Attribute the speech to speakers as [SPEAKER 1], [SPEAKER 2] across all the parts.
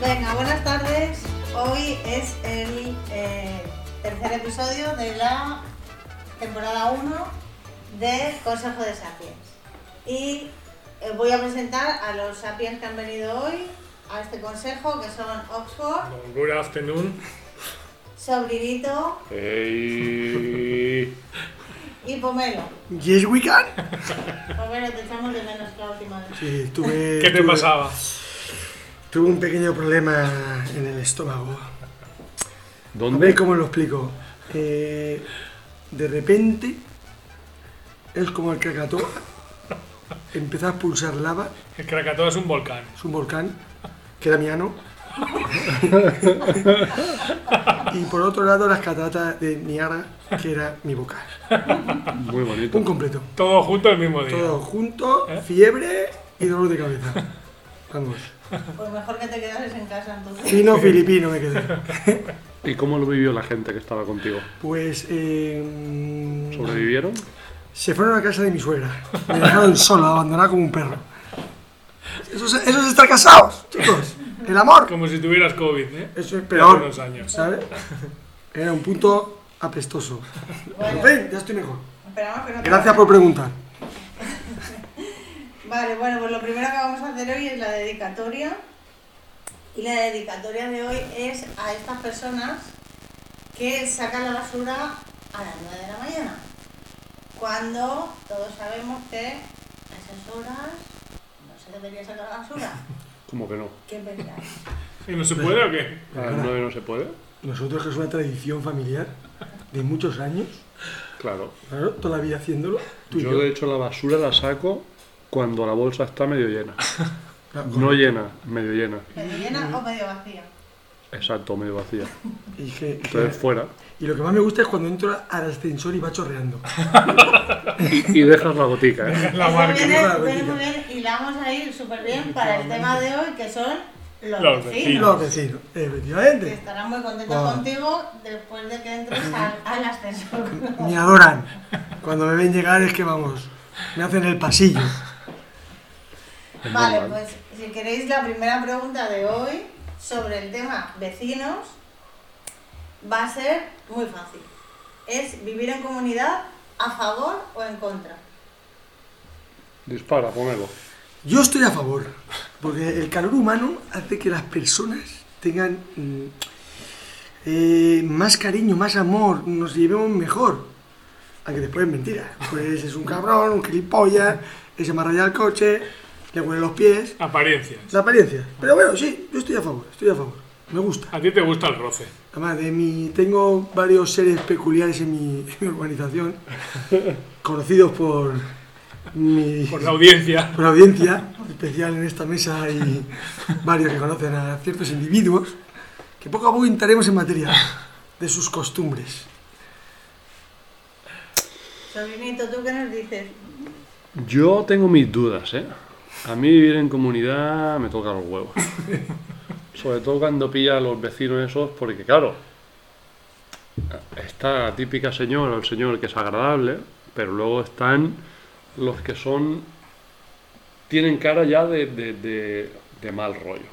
[SPEAKER 1] Venga, buenas tardes. Hoy es el eh, tercer episodio de la temporada 1 de Consejo de Sapiens. Y eh, voy a presentar a los sapiens que han venido hoy a este consejo, que son Oxford,
[SPEAKER 2] Good afternoon.
[SPEAKER 1] Sobrinito
[SPEAKER 2] Hey.
[SPEAKER 1] y Pomelo.
[SPEAKER 3] Yes, we can.
[SPEAKER 1] Pomelo, te echamos de menos que la última vez.
[SPEAKER 3] Sí, tuve,
[SPEAKER 2] ¿Qué te
[SPEAKER 3] tuve-
[SPEAKER 2] pasaba?
[SPEAKER 3] Tuve un pequeño problema en el estómago. A
[SPEAKER 4] ¿Dónde?
[SPEAKER 3] ver cómo lo explico. Eh, de repente, es como el Krakatoa. Empezó a expulsar lava,
[SPEAKER 2] El Krakatoa es un volcán.
[SPEAKER 3] es un volcán, que era mi ano. y por otro lado, las cataratas de Niagara, que era mi boca.
[SPEAKER 4] Muy bonito.
[SPEAKER 3] Un completo.
[SPEAKER 2] Todo junto el mismo día.
[SPEAKER 3] Todo junto,
[SPEAKER 2] ¿Eh?
[SPEAKER 3] fiebre y dolor de cabeza. Vamos.
[SPEAKER 1] Pues mejor que te quedases en casa entonces.
[SPEAKER 3] Fino filipino me quedé.
[SPEAKER 4] ¿Y cómo lo vivió la gente que estaba contigo?
[SPEAKER 3] Pues eh,
[SPEAKER 4] ¿Sobrevivieron?
[SPEAKER 3] se fueron a casa de mi suegra. Me dejaron solo, abandonado como un perro. Eso es, eso es estar casados, chicos. El amor.
[SPEAKER 2] Como si tuvieras COVID, ¿eh?
[SPEAKER 3] Eso es
[SPEAKER 2] Hace
[SPEAKER 3] peor.
[SPEAKER 2] unos años.
[SPEAKER 3] ¿Sabes? Era un punto apestoso.
[SPEAKER 1] Bueno,
[SPEAKER 3] Ven, ya estoy mejor.
[SPEAKER 1] esperamos que no te
[SPEAKER 3] Gracias por preguntar.
[SPEAKER 1] Vale, bueno, pues lo primero que vamos a hacer hoy es la dedicatoria. Y la dedicatoria de hoy es a estas personas que sacan la basura a las 9 de la mañana. Cuando todos sabemos que a esas horas no se debería sacar la basura.
[SPEAKER 4] ¿Cómo que no?
[SPEAKER 1] ¿Qué pensáis?
[SPEAKER 2] ¿Y no se puede o qué?
[SPEAKER 4] ¿A las nueve no se puede?
[SPEAKER 3] Nosotros que es una tradición familiar de muchos años,
[SPEAKER 4] Claro.
[SPEAKER 3] claro, toda la vida haciéndolo, tú y
[SPEAKER 4] Yo,
[SPEAKER 3] yo.
[SPEAKER 4] de hecho, la basura la saco cuando la bolsa está medio llena.
[SPEAKER 3] Claro,
[SPEAKER 4] No llena, medio llena.
[SPEAKER 1] ¿Medio llena o medio vacía?
[SPEAKER 4] Exacto, medio vacía.
[SPEAKER 3] y, que- que-
[SPEAKER 4] Entonces, fuera.
[SPEAKER 3] y lo que más me gusta es cuando entro al ascensor y va chorreando.
[SPEAKER 4] Y dejas la gotica, ¿eh?
[SPEAKER 2] La
[SPEAKER 1] Eso
[SPEAKER 2] marca.
[SPEAKER 1] viene,
[SPEAKER 3] La
[SPEAKER 1] viene
[SPEAKER 3] marca.
[SPEAKER 1] muy bien y la vamos a ir súper bien para el tema de hoy que son los,
[SPEAKER 2] Los
[SPEAKER 1] vecinos.
[SPEAKER 3] Los vecinos,
[SPEAKER 1] que
[SPEAKER 3] efectivamente.
[SPEAKER 1] estarán muy contentos
[SPEAKER 3] Wow.
[SPEAKER 1] contigo después de que entres al, al ascensor.
[SPEAKER 3] Me adoran. Cuando me ven llegar es que vamos, me hacen el pasillo.
[SPEAKER 4] Es
[SPEAKER 1] vale,
[SPEAKER 4] normal.
[SPEAKER 1] pues si queréis la primera pregunta de hoy sobre el tema vecinos va a ser muy fácil. Es vivir en comunidad a favor o en contra.
[SPEAKER 4] Dispara, ponelo.
[SPEAKER 3] Yo estoy a favor, porque el calor humano hace que las personas tengan mm, eh, más cariño, más amor, nos llevemos mejor. Aunque después es mentira. Pues es un cabrón, un gilipollas, que se me ha rayado el coche, le huele los pies.
[SPEAKER 2] Apariencias.
[SPEAKER 3] La apariencia. Pero bueno, sí, yo estoy a favor, estoy a favor. Me gusta.
[SPEAKER 2] A ti te gusta el roce.
[SPEAKER 3] Además, de mi, tengo varios seres peculiares en mi, en mi urbanización, conocidos por mi
[SPEAKER 2] Por la audiencia.
[SPEAKER 3] por la audiencia, en especial en esta mesa hay varios que conocen a ciertos individuos, que poco a poco entraremos en materia de sus costumbres.
[SPEAKER 1] Sobrinito, ¿tú qué nos dices?
[SPEAKER 4] Yo tengo mis dudas, ¿eh? A mí vivir en comunidad me toca los huevos. Sobre todo cuando pilla a los vecinos esos, porque claro, está la típica señora o el señor que es agradable, pero luego están los que son. tienen cara ya de, de- de- de mal rollo.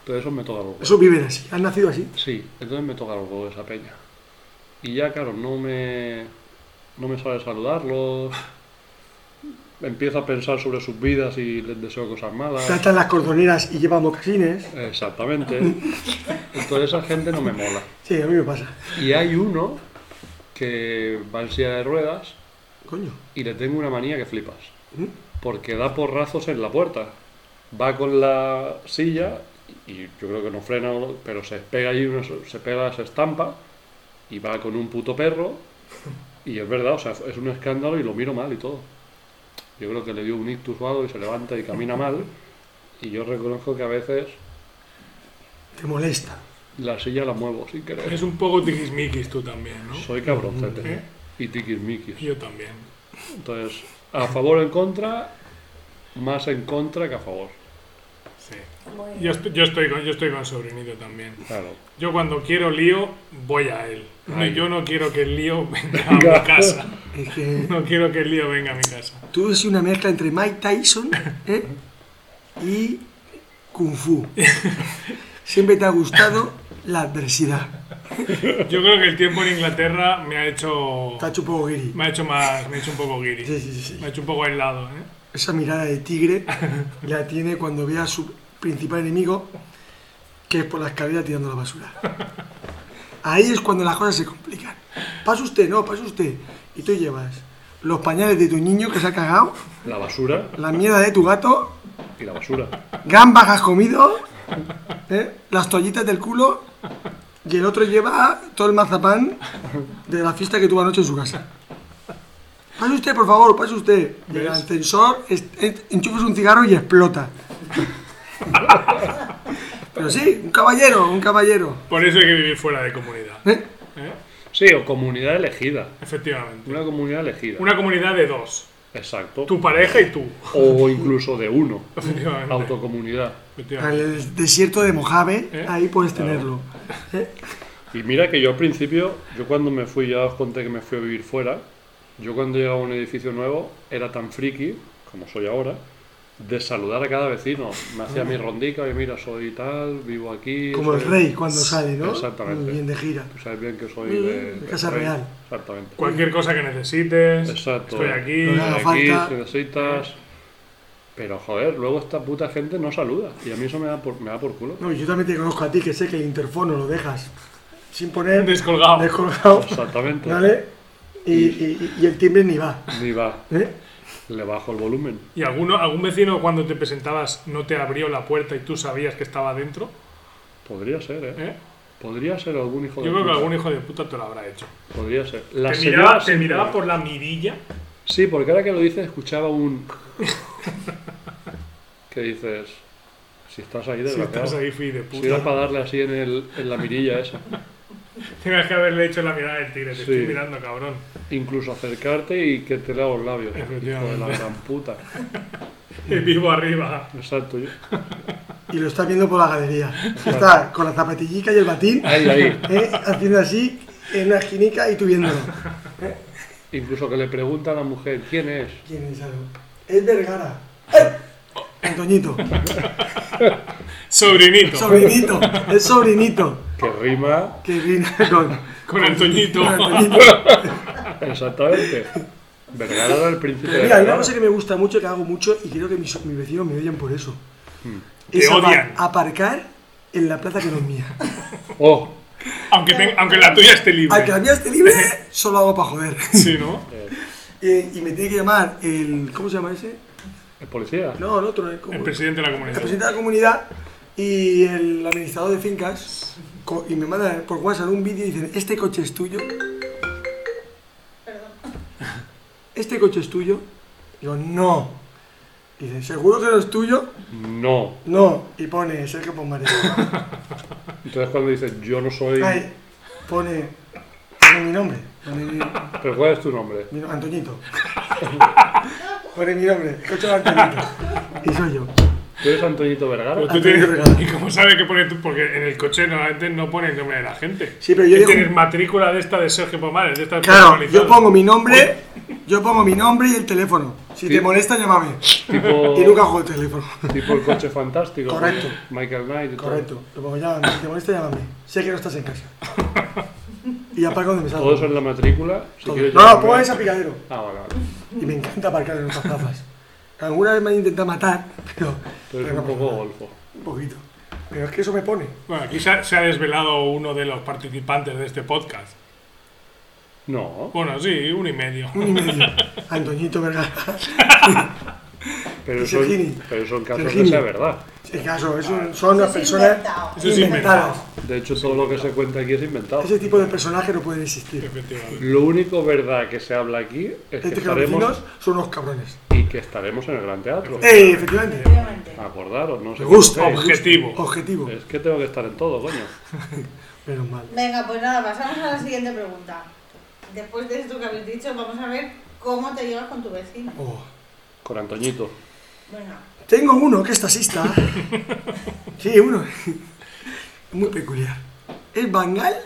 [SPEAKER 4] Entonces eso me toca los huevos.
[SPEAKER 3] Eso viven así, han nacido así.
[SPEAKER 4] Sí, entonces me toca los huevos esa peña. Y ya, claro, no me, no me sabe saludarlos. Empiezo a pensar sobre sus vidas y les deseo cosas malas.
[SPEAKER 3] Tratan las cordoneras y llevan mocasines.
[SPEAKER 4] Exactamente. Entonces esa gente no me mola.
[SPEAKER 3] Sí, a mí me pasa.
[SPEAKER 4] Y hay uno que va en silla de ruedas
[SPEAKER 3] Coño.
[SPEAKER 4] y le tengo una manía que flipas.
[SPEAKER 3] ¿Mm?
[SPEAKER 4] Porque da porrazos en la puerta. Va con la silla y yo creo que no frena, o lo- pero se pega ahí, una- se pega, se estampa y va con un puto perro. Y es verdad, o sea, es un escándalo y lo miro mal y todo. Yo creo que le dio un ictus o algo y se levanta y camina mal. Y yo reconozco que a veces
[SPEAKER 3] Te molesta.
[SPEAKER 4] la silla la muevo sin querer.
[SPEAKER 2] Eres un poco tiquismiquis tú también, ¿no?
[SPEAKER 4] Soy cabroncete.
[SPEAKER 2] ¿Eh?
[SPEAKER 4] Y tiquismiquis.
[SPEAKER 2] Yo también.
[SPEAKER 4] Entonces, a favor o en contra, más en contra que a favor.
[SPEAKER 2] Sí.
[SPEAKER 1] Muy bien.
[SPEAKER 2] Yo, est- yo estoy con, yo estoy con sobrinito también.
[SPEAKER 4] Claro.
[SPEAKER 2] Yo cuando quiero lío, voy a él. No,
[SPEAKER 4] Ay.
[SPEAKER 2] yo no quiero que el lío venga a mi casa.
[SPEAKER 3] Es que
[SPEAKER 2] No quiero que el lío venga a mi casa.
[SPEAKER 3] tú eres una mezcla entre Mike Tyson ¿eh? y Kung Fu. Siempre te ha gustado la adversidad.
[SPEAKER 2] Yo creo que el tiempo en Inglaterra me ha hecho.
[SPEAKER 3] Te ha hecho un poco guiri.
[SPEAKER 2] Me ha hecho más. Me ha hecho un poco guiri.
[SPEAKER 3] Sí, sí, sí, sí.
[SPEAKER 2] Me ha hecho un poco aislado, ¿eh?
[SPEAKER 3] Esa mirada de tigre la tiene cuando ve a su principal enemigo, que es por la escalera tirando la basura. Ahí es cuando las cosas se complican. Pasa usted, no, pasa usted. Y tú llevas los pañales de tu niño que se ha cagado,
[SPEAKER 4] La basura
[SPEAKER 3] la mierda de tu gato,
[SPEAKER 4] y la basura.
[SPEAKER 3] gambas que has comido, ¿eh? las toallitas del culo, y el otro lleva todo el mazapán de la fiesta que tuvo anoche en su casa. Pase usted, por favor, pase usted. Llega
[SPEAKER 2] ¿Ves?
[SPEAKER 3] el ascensor, es- en- enchufas un cigarro y explota. Pero sí, un caballero, un caballero.
[SPEAKER 2] Por eso hay que vivir fuera de comunidad.
[SPEAKER 3] ¿eh?
[SPEAKER 2] ¿eh?
[SPEAKER 4] Sí, o comunidad elegida.
[SPEAKER 2] Efectivamente.
[SPEAKER 4] Una comunidad elegida.
[SPEAKER 2] Una comunidad de dos.
[SPEAKER 4] Exacto.
[SPEAKER 2] Tu pareja y tú.
[SPEAKER 4] O incluso de uno.
[SPEAKER 2] Efectivamente.
[SPEAKER 4] Autocomunidad.
[SPEAKER 3] En
[SPEAKER 2] Efectivamente.
[SPEAKER 3] el desierto de Mojave,
[SPEAKER 2] ¿Eh?
[SPEAKER 3] ahí puedes tenerlo.
[SPEAKER 4] Y mira que yo al principio, yo cuando me fui, ya os conté que me fui a vivir fuera, yo cuando llegaba a un edificio nuevo era tan friki, como soy ahora, de saludar a cada vecino. Me hacía mi rondica, oye mira, soy tal, vivo aquí.
[SPEAKER 3] Como el
[SPEAKER 4] soy-
[SPEAKER 3] rey cuando sale, ¿no?
[SPEAKER 4] Exactamente.
[SPEAKER 3] Bien de gira.
[SPEAKER 4] Tú sabes bien que soy
[SPEAKER 3] Mm,
[SPEAKER 4] de...
[SPEAKER 3] de
[SPEAKER 4] de
[SPEAKER 3] Casa
[SPEAKER 4] rey.
[SPEAKER 3] Real.
[SPEAKER 4] Exactamente.
[SPEAKER 2] Cualquier cosa que necesites.
[SPEAKER 4] Exacto.
[SPEAKER 2] Estoy aquí.
[SPEAKER 3] No, no.
[SPEAKER 4] Estoy
[SPEAKER 3] haga
[SPEAKER 4] aquí,
[SPEAKER 3] falta.
[SPEAKER 4] si necesitas... Pero joder, luego esta puta gente no saluda. Y a mí eso me da por, me da por culo.
[SPEAKER 3] No, yo también te conozco a ti, que sé que el interfono lo dejas sin poner,
[SPEAKER 2] Descolgado.
[SPEAKER 3] descolgado,
[SPEAKER 4] Exactamente.
[SPEAKER 3] ¿vale? Y, y- y el timbre ni va,
[SPEAKER 4] Ni va.
[SPEAKER 3] ¿eh?
[SPEAKER 4] Le bajo el volumen.
[SPEAKER 2] ¿Y alguno, algún vecino cuando te presentabas no te abrió la puerta y tú sabías que estaba dentro?
[SPEAKER 4] Podría ser, ¿eh?
[SPEAKER 2] ¿eh?
[SPEAKER 4] Podría ser algún
[SPEAKER 2] Yo
[SPEAKER 4] hijo de
[SPEAKER 2] creo que
[SPEAKER 4] puta.
[SPEAKER 2] algún hijo de puta te lo habrá hecho.
[SPEAKER 4] Podría ser. La
[SPEAKER 2] te miraba, te
[SPEAKER 4] siempre-
[SPEAKER 2] miraba por la mirilla.
[SPEAKER 4] Sí, porque ahora que lo dices, escuchaba un. que dices. Si estás ahí de
[SPEAKER 2] Si estás ahí, fi de
[SPEAKER 4] Si era
[SPEAKER 2] puta.
[SPEAKER 4] para darle así en, el, en la mirilla esa.
[SPEAKER 2] Tienes que haberle hecho la mirada del tigre. Te
[SPEAKER 4] Sí.
[SPEAKER 2] estoy mirando, cabrón.
[SPEAKER 4] Incluso acercarte y que te lea los labios. Hijo de la
[SPEAKER 2] Efectivamente.
[SPEAKER 4] gran puta.
[SPEAKER 2] Y Eh, vivo arriba.
[SPEAKER 4] Exacto. yo-
[SPEAKER 3] Y lo estás viendo por la galería. Está con la zapatillica y el batín,
[SPEAKER 4] Ahí, ahí.
[SPEAKER 3] ¿eh? haciendo así en una esquinica y tú viéndolo.
[SPEAKER 4] Incluso que le pregunta a la mujer quién es.
[SPEAKER 3] ¿Quién es algo? Es Vergara. ¡Eh! Antoñito,
[SPEAKER 2] Sobrinito.
[SPEAKER 3] sobrinito, es sobrinito.
[SPEAKER 4] Que rima.
[SPEAKER 3] Que viene con,
[SPEAKER 2] Con Antoñito.
[SPEAKER 3] con Antoñito.
[SPEAKER 4] Exactamente. Vergara era el príncipe de
[SPEAKER 3] Mira, hay una
[SPEAKER 4] Vergara.
[SPEAKER 3] cosa que me gusta mucho, que hago mucho, y creo que mis, mis vecinos me odian por eso.
[SPEAKER 2] Te
[SPEAKER 3] Es apa-
[SPEAKER 2] odian.
[SPEAKER 3] aparcar en la plaza que no es mía.
[SPEAKER 4] Oh,
[SPEAKER 2] Aunque, ten- aunque la tuya esté libre.
[SPEAKER 3] Al que la mía esté libre, solo hago para joder.
[SPEAKER 2] Sí, ¿no?
[SPEAKER 3] Eh, y me tiene que llamar el. ¿Cómo se llama ese?
[SPEAKER 4] el policía.
[SPEAKER 3] No, el otro. el-
[SPEAKER 2] El
[SPEAKER 3] como-
[SPEAKER 2] presidente de la
[SPEAKER 3] el
[SPEAKER 2] comunidad.
[SPEAKER 3] presidente de la comunidad y el administrador de fincas. co- Y me manda por WhatsApp un vídeo y dicen: Este coche es tuyo.
[SPEAKER 1] Perdón.
[SPEAKER 3] Este coche es tuyo. Digo, no. Y dice, ¿seguro que no es tuyo?
[SPEAKER 4] No.
[SPEAKER 3] No. Y pone Sergio Pomares.
[SPEAKER 4] Entonces cuando dices yo no soy.
[SPEAKER 3] Ahí pone, pone mi nombre. Pone mi,
[SPEAKER 4] Pero ¿cuál es tu nombre?
[SPEAKER 3] mi no- Antoñito. pone mi nombre. Escucha de Antoñito. Y soy yo.
[SPEAKER 4] ¿Tú eres Antoñito Vergara?
[SPEAKER 2] Pero tú
[SPEAKER 3] Antonio
[SPEAKER 2] tienes-
[SPEAKER 3] Regada.
[SPEAKER 2] ¿Y cómo sabe que pone tú? Porque en el coche normalmente no pone el nombre de la gente.
[SPEAKER 3] Sí, pero yo
[SPEAKER 2] Hay que
[SPEAKER 3] dejo-
[SPEAKER 2] tener matrícula de esta de Sergio Pomares, de esta
[SPEAKER 3] Claro, yo
[SPEAKER 2] personalizada.
[SPEAKER 3] pongo mi nombre, yo pongo mi nombre y el teléfono. Si
[SPEAKER 4] Sí. Oh.
[SPEAKER 3] te molesta, llámame.
[SPEAKER 4] Tipo,
[SPEAKER 3] Y nunca juego el teléfono.
[SPEAKER 4] tipo el coche fantástico.
[SPEAKER 3] Correcto.
[SPEAKER 4] ¿no? Michael Knight. y todo.
[SPEAKER 3] Correcto. Lo pongo, llámame. Si te molesta, llámame. Sé que no estás en casa. Y aparco donde me salgo.
[SPEAKER 4] Todo eso en la matrícula. Si
[SPEAKER 3] Todo.
[SPEAKER 4] quieres
[SPEAKER 3] No, no,
[SPEAKER 4] llamarme-
[SPEAKER 3] pongo ese picadero.
[SPEAKER 4] Ah, vale, vale.
[SPEAKER 3] Y me encanta aparcar en otras plazas. Alguna vez me han intentado matar, pero.
[SPEAKER 4] Tú
[SPEAKER 3] pero
[SPEAKER 4] eres
[SPEAKER 3] no
[SPEAKER 4] un
[SPEAKER 3] pasa
[SPEAKER 4] poco
[SPEAKER 3] nada.
[SPEAKER 4] golfo.
[SPEAKER 3] Un poquito. Pero es que eso me pone.
[SPEAKER 2] Bueno, aquí se ha, se ha desvelado uno de los participantes de este podcast.
[SPEAKER 4] No,
[SPEAKER 2] Bueno, sí, un y medio.
[SPEAKER 3] Un y medio. Antoñito Vergara.
[SPEAKER 4] pero
[SPEAKER 3] Y
[SPEAKER 4] son,
[SPEAKER 3] Sergini.
[SPEAKER 4] pero son casos de
[SPEAKER 3] Sergini.
[SPEAKER 4] sea verdad.
[SPEAKER 3] En caso, es un- son
[SPEAKER 1] Eso
[SPEAKER 3] las
[SPEAKER 1] es
[SPEAKER 3] personas
[SPEAKER 1] inventado.
[SPEAKER 2] Eso es
[SPEAKER 3] inventadas.
[SPEAKER 4] De hecho, todo lo que se cuenta aquí es inventado.
[SPEAKER 3] Ese tipo de personaje no pueden existir.
[SPEAKER 2] Efectivamente.
[SPEAKER 4] Lo único verdad que se habla aquí es que
[SPEAKER 3] Este que los vecinos
[SPEAKER 4] estaremos
[SPEAKER 3] son unos cabrones.
[SPEAKER 4] y que estaremos en el Gran Teatro.
[SPEAKER 3] ¡Eh, efectivamente!
[SPEAKER 1] Efectivamente.
[SPEAKER 4] Acordaros, no sé.
[SPEAKER 3] Me gusta. me
[SPEAKER 4] qué hacéis.
[SPEAKER 3] gusta.
[SPEAKER 2] Objetivo.
[SPEAKER 3] Objetivo.
[SPEAKER 4] Es que tengo que estar en todo, coño.
[SPEAKER 3] Menos mal.
[SPEAKER 1] Venga, pues nada, pasamos a la siguiente pregunta. Después de esto que habéis dicho, vamos a ver cómo te llevas con tu vecino.
[SPEAKER 3] Oh,
[SPEAKER 4] Con Antoñito.
[SPEAKER 1] Bueno,
[SPEAKER 3] Tengo uno que es taxista. Sí, uno. Muy peculiar. Es bangal,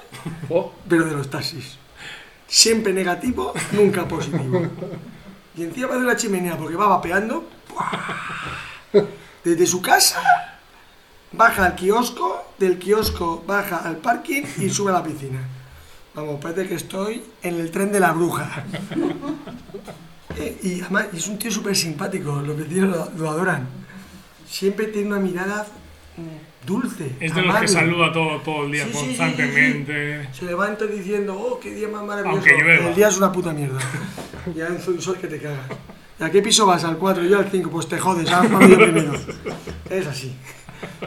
[SPEAKER 4] Oh,
[SPEAKER 3] pero de los taxis. Siempre negativo, nunca positivo. Y encima va de una chimenea porque va vapeando. ¡buah! Desde su casa baja al kiosco, del kiosco baja al parking y sube a la piscina. Vamos, parece que estoy en el tren de la bruja. Eh, y además es un tío súper simpático, los vecinos lo, lo adoran. Siempre tiene una mirada mm, dulce.
[SPEAKER 2] Es de los
[SPEAKER 3] amable.
[SPEAKER 2] que saluda todo, todo el día
[SPEAKER 3] Sí, sí, sí, sí, sí.
[SPEAKER 2] constantemente.
[SPEAKER 3] Se levanta diciendo, oh, qué día más maravilloso.
[SPEAKER 2] Aunque llueva.
[SPEAKER 3] El día es una puta mierda. ya es un sol que te caga. ¿Y a qué piso vas? Al 4, yo al 5, pues te jodes, ahora para mí yo primero. Es así.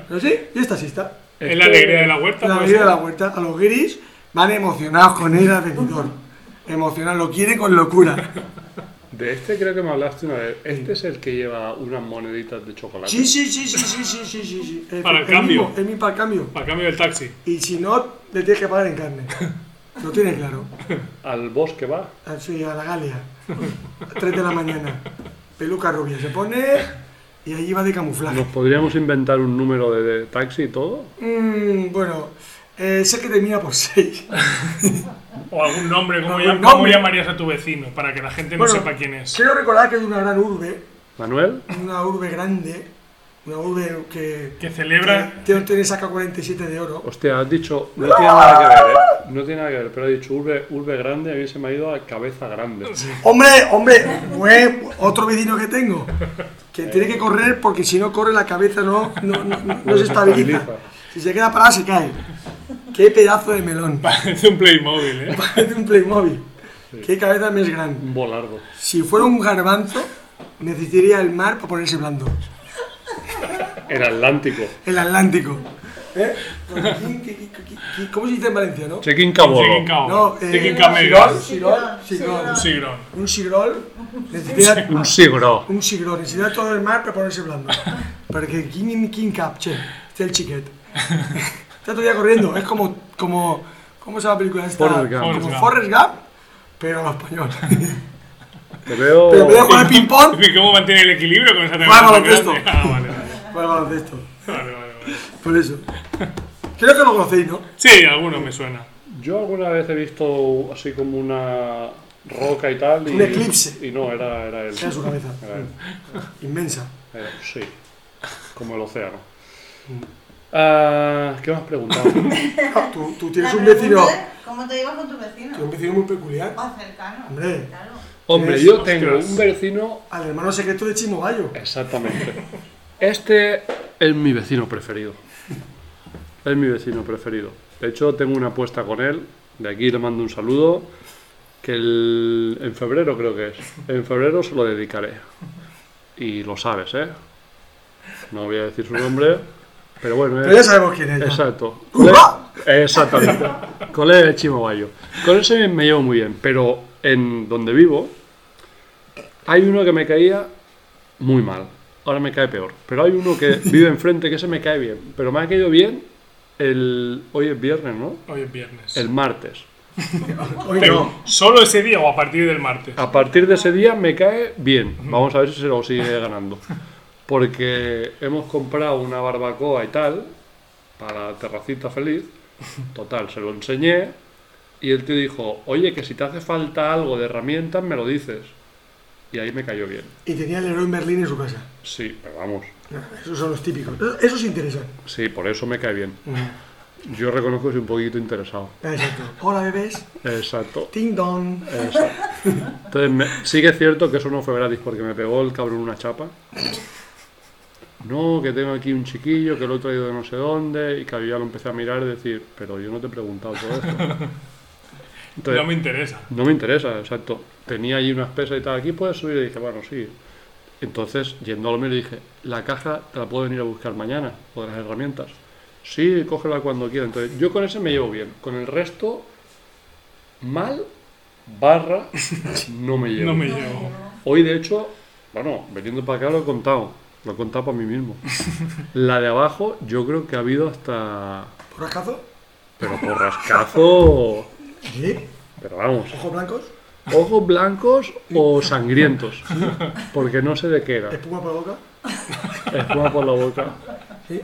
[SPEAKER 3] Pero sí, y esta sí está.
[SPEAKER 2] Es la alegría de la huerta.
[SPEAKER 3] La
[SPEAKER 2] puede
[SPEAKER 3] alegría de
[SPEAKER 2] ser.
[SPEAKER 3] la vuelta, a los guiris van emocionados con él al vendedor. Emocionados, lo quieren con locura.
[SPEAKER 4] De este creo que me hablaste una vez. Este es el que lleva unas moneditas de chocolate.
[SPEAKER 3] Sí, sí, sí, sí, sí, sí, sí, sí. sí.
[SPEAKER 2] Para el
[SPEAKER 3] mismo,
[SPEAKER 2] cambio.
[SPEAKER 3] el mismo para el cambio.
[SPEAKER 2] A cambio del taxi.
[SPEAKER 3] Y si no, le tienes que pagar en carne. Lo tiene claro.
[SPEAKER 4] Al bosque va.
[SPEAKER 3] Ah, Sí, a la Galia. 3 de la mañana. Peluca rubia se pone y allí va de camuflaje.
[SPEAKER 4] ¿Nos podríamos inventar un número de, de taxi y todo?
[SPEAKER 3] Mm, bueno, eh, sé que termina por 6.
[SPEAKER 2] O algún nombre, ¿cómo,
[SPEAKER 3] Algún
[SPEAKER 2] llam- cómo
[SPEAKER 3] nombre.
[SPEAKER 2] llamarías a tu vecino? Para que la gente no
[SPEAKER 3] Bueno,
[SPEAKER 2] sepa quién es.
[SPEAKER 3] Quiero recordar que es de una gran urbe,
[SPEAKER 4] ¿Manuel?
[SPEAKER 3] una urbe grande, una urbe que,
[SPEAKER 2] Que celebra.
[SPEAKER 3] que tiene- tiene saca 47 de oro.
[SPEAKER 4] Hostia, has dicho. No tiene nada que ver, ¿eh? No tiene nada que ver, pero he dicho urbe, urbe grande. A mí se me ha ido a cabeza grande.
[SPEAKER 3] Hombre, hombre, güey, otro vecino que tengo, que tiene que correr porque si no corre la cabeza no, no, no- no- Pues no se estabiliza. Si se queda parada se cae. Qué pedazo de melón.
[SPEAKER 2] Parece un Playmobil, ¿eh?
[SPEAKER 3] Parece un Playmobil. Qué cabeza más grande.
[SPEAKER 4] Un volardo.
[SPEAKER 3] Si fuera un garbanzo, necesitaría el mar para ponerse blando.
[SPEAKER 4] El Atlántico.
[SPEAKER 3] El Atlántico. ¿Eh? ¿Qué- qué- qué- qué- qué- ¿Cómo se dice en Valencia, no?
[SPEAKER 2] Chicken
[SPEAKER 4] Check-in Cabolo.
[SPEAKER 2] Cow.
[SPEAKER 3] No, eh,
[SPEAKER 2] Chicken
[SPEAKER 3] un
[SPEAKER 2] Camega.
[SPEAKER 3] sigrón, sigrón, sigrón.
[SPEAKER 2] Un sigrón.
[SPEAKER 3] Un sigrol necesitaría
[SPEAKER 4] Un sigro.
[SPEAKER 3] un sigrón, necesitaría todo el mar para ponerse blando. Porque quién quién capche, este el chiquet. Está todavía corriendo, es como como ¿cómo se llama la película esta?
[SPEAKER 4] Forrest Gump.
[SPEAKER 2] Forrest
[SPEAKER 3] Como
[SPEAKER 2] Gump.
[SPEAKER 3] Forrest Gump, pero en español.
[SPEAKER 4] Te veo.
[SPEAKER 3] Pero me voy a jugar al ping pong
[SPEAKER 2] ¿Y cómo mantiene el equilibrio con esa
[SPEAKER 3] Vamos,
[SPEAKER 2] tan grande?
[SPEAKER 3] esto.
[SPEAKER 2] Ah, vale, vale.
[SPEAKER 3] para el baloncesto.
[SPEAKER 2] Vale, vale, vale.
[SPEAKER 3] Por eso. Creo que lo conocéis, ¿no?
[SPEAKER 2] Sí, alguno me suena.
[SPEAKER 4] Yo alguna vez he visto así como una roca y tal. Y,
[SPEAKER 3] Un eclipse.
[SPEAKER 4] Y no, era, era él.
[SPEAKER 3] Era su cabeza.
[SPEAKER 4] Era él.
[SPEAKER 3] Inmensa.
[SPEAKER 4] Era- sí. Como el océano. Ah, ¿Qué me has preguntado?
[SPEAKER 3] Ah, Tú, tú tienes
[SPEAKER 1] la
[SPEAKER 3] un
[SPEAKER 1] pregunta
[SPEAKER 3] vecino.
[SPEAKER 1] es, ¿Cómo te llevas con tu vecino?
[SPEAKER 3] Tienes un vecino muy peculiar.
[SPEAKER 1] O cercano.
[SPEAKER 3] Hombre.
[SPEAKER 1] Claro.
[SPEAKER 4] Hombre,
[SPEAKER 3] Es-
[SPEAKER 4] yo tengo
[SPEAKER 2] Ostras.
[SPEAKER 4] un vecino.
[SPEAKER 3] Al hermano secreto de Chimo Bayo.
[SPEAKER 2] Eh,
[SPEAKER 4] Exactamente. Este es mi vecino preferido. Es mi vecino preferido. De hecho, tengo una apuesta con él. De aquí le mando un saludo. Que el- en febrero creo que es. En febrero se lo dedicaré. Y lo sabes, ¿eh? No voy a decir su nombre. Pero bueno,
[SPEAKER 3] Pero ya
[SPEAKER 4] es,
[SPEAKER 3] sabemos quién es. ya.
[SPEAKER 4] Exacto.
[SPEAKER 3] ¡Ujú!
[SPEAKER 4] Le- exactamente. Con él el chimo bayo. Con ese me llevo muy bien, pero en donde vivo hay uno que me caía muy mal. Ahora me cae peor. Pero hay uno que vive enfrente que se me cae bien. Pero me ha caído bien el. Hoy es viernes, ¿no?
[SPEAKER 2] Hoy es viernes.
[SPEAKER 4] El martes.
[SPEAKER 3] Hoy
[SPEAKER 2] Pero,
[SPEAKER 3] no.
[SPEAKER 2] ¿Solo ese día o a partir del martes?
[SPEAKER 4] A partir de ese día me cae bien. Vamos a ver si se lo sigue ganando. Porque hemos comprado una barbacoa y tal para la terracita feliz. Total, se lo enseñé y el tío dijo, oye, que si te hace falta algo de herramientas me lo dices. Y ahí me cayó bien.
[SPEAKER 3] Y tenía el héroe en Berlín en su casa.
[SPEAKER 4] Sí, pero vamos.
[SPEAKER 3] Esos son los típicos. Eso- Esos interesan.
[SPEAKER 4] Sí, por eso me cae bien.
[SPEAKER 2] Mm.
[SPEAKER 4] Yo reconozco que soy un poquito interesado.
[SPEAKER 3] Ah, Exacto. Hola, bebés.
[SPEAKER 4] Exacto.
[SPEAKER 3] Ting dong.
[SPEAKER 4] Entonces, me- sí que es cierto que eso no fue gratis porque me pegó el cabrón una chapa. No, que tengo aquí un chiquillo que lo he traído de no sé dónde y que yo ya lo empecé a mirar y decir, pero yo no te he preguntado todo esto. Entonces,
[SPEAKER 2] No me interesa.
[SPEAKER 4] no me interesa, exacto. Tenía allí unas pesas y tal, aquí puedes subir y dije, bueno, sí. Entonces, yendo al le dije, la caja te la puedo venir a buscar mañana, o de las herramientas. Sí, cógela cuando quiera. Entonces, yo con ese me llevo bien. Con el resto, mal, barra, no me llevo.
[SPEAKER 2] No me
[SPEAKER 1] No,
[SPEAKER 2] llevo.
[SPEAKER 4] Hoy, de hecho, bueno, veniendo para acá lo he contado. Lo he contado para mí mismo. La de abajo, yo creo que ha habido hasta.
[SPEAKER 3] ¿Por ascazo?
[SPEAKER 4] Pero por rascazo.
[SPEAKER 3] Sí.
[SPEAKER 4] Pero vamos.
[SPEAKER 3] ¿Ojos blancos?
[SPEAKER 4] Ojos blancos o sangrientos. Porque no sé de qué era.
[SPEAKER 3] ¿Espuma por la boca?
[SPEAKER 4] Espuma por la boca.
[SPEAKER 3] Sí.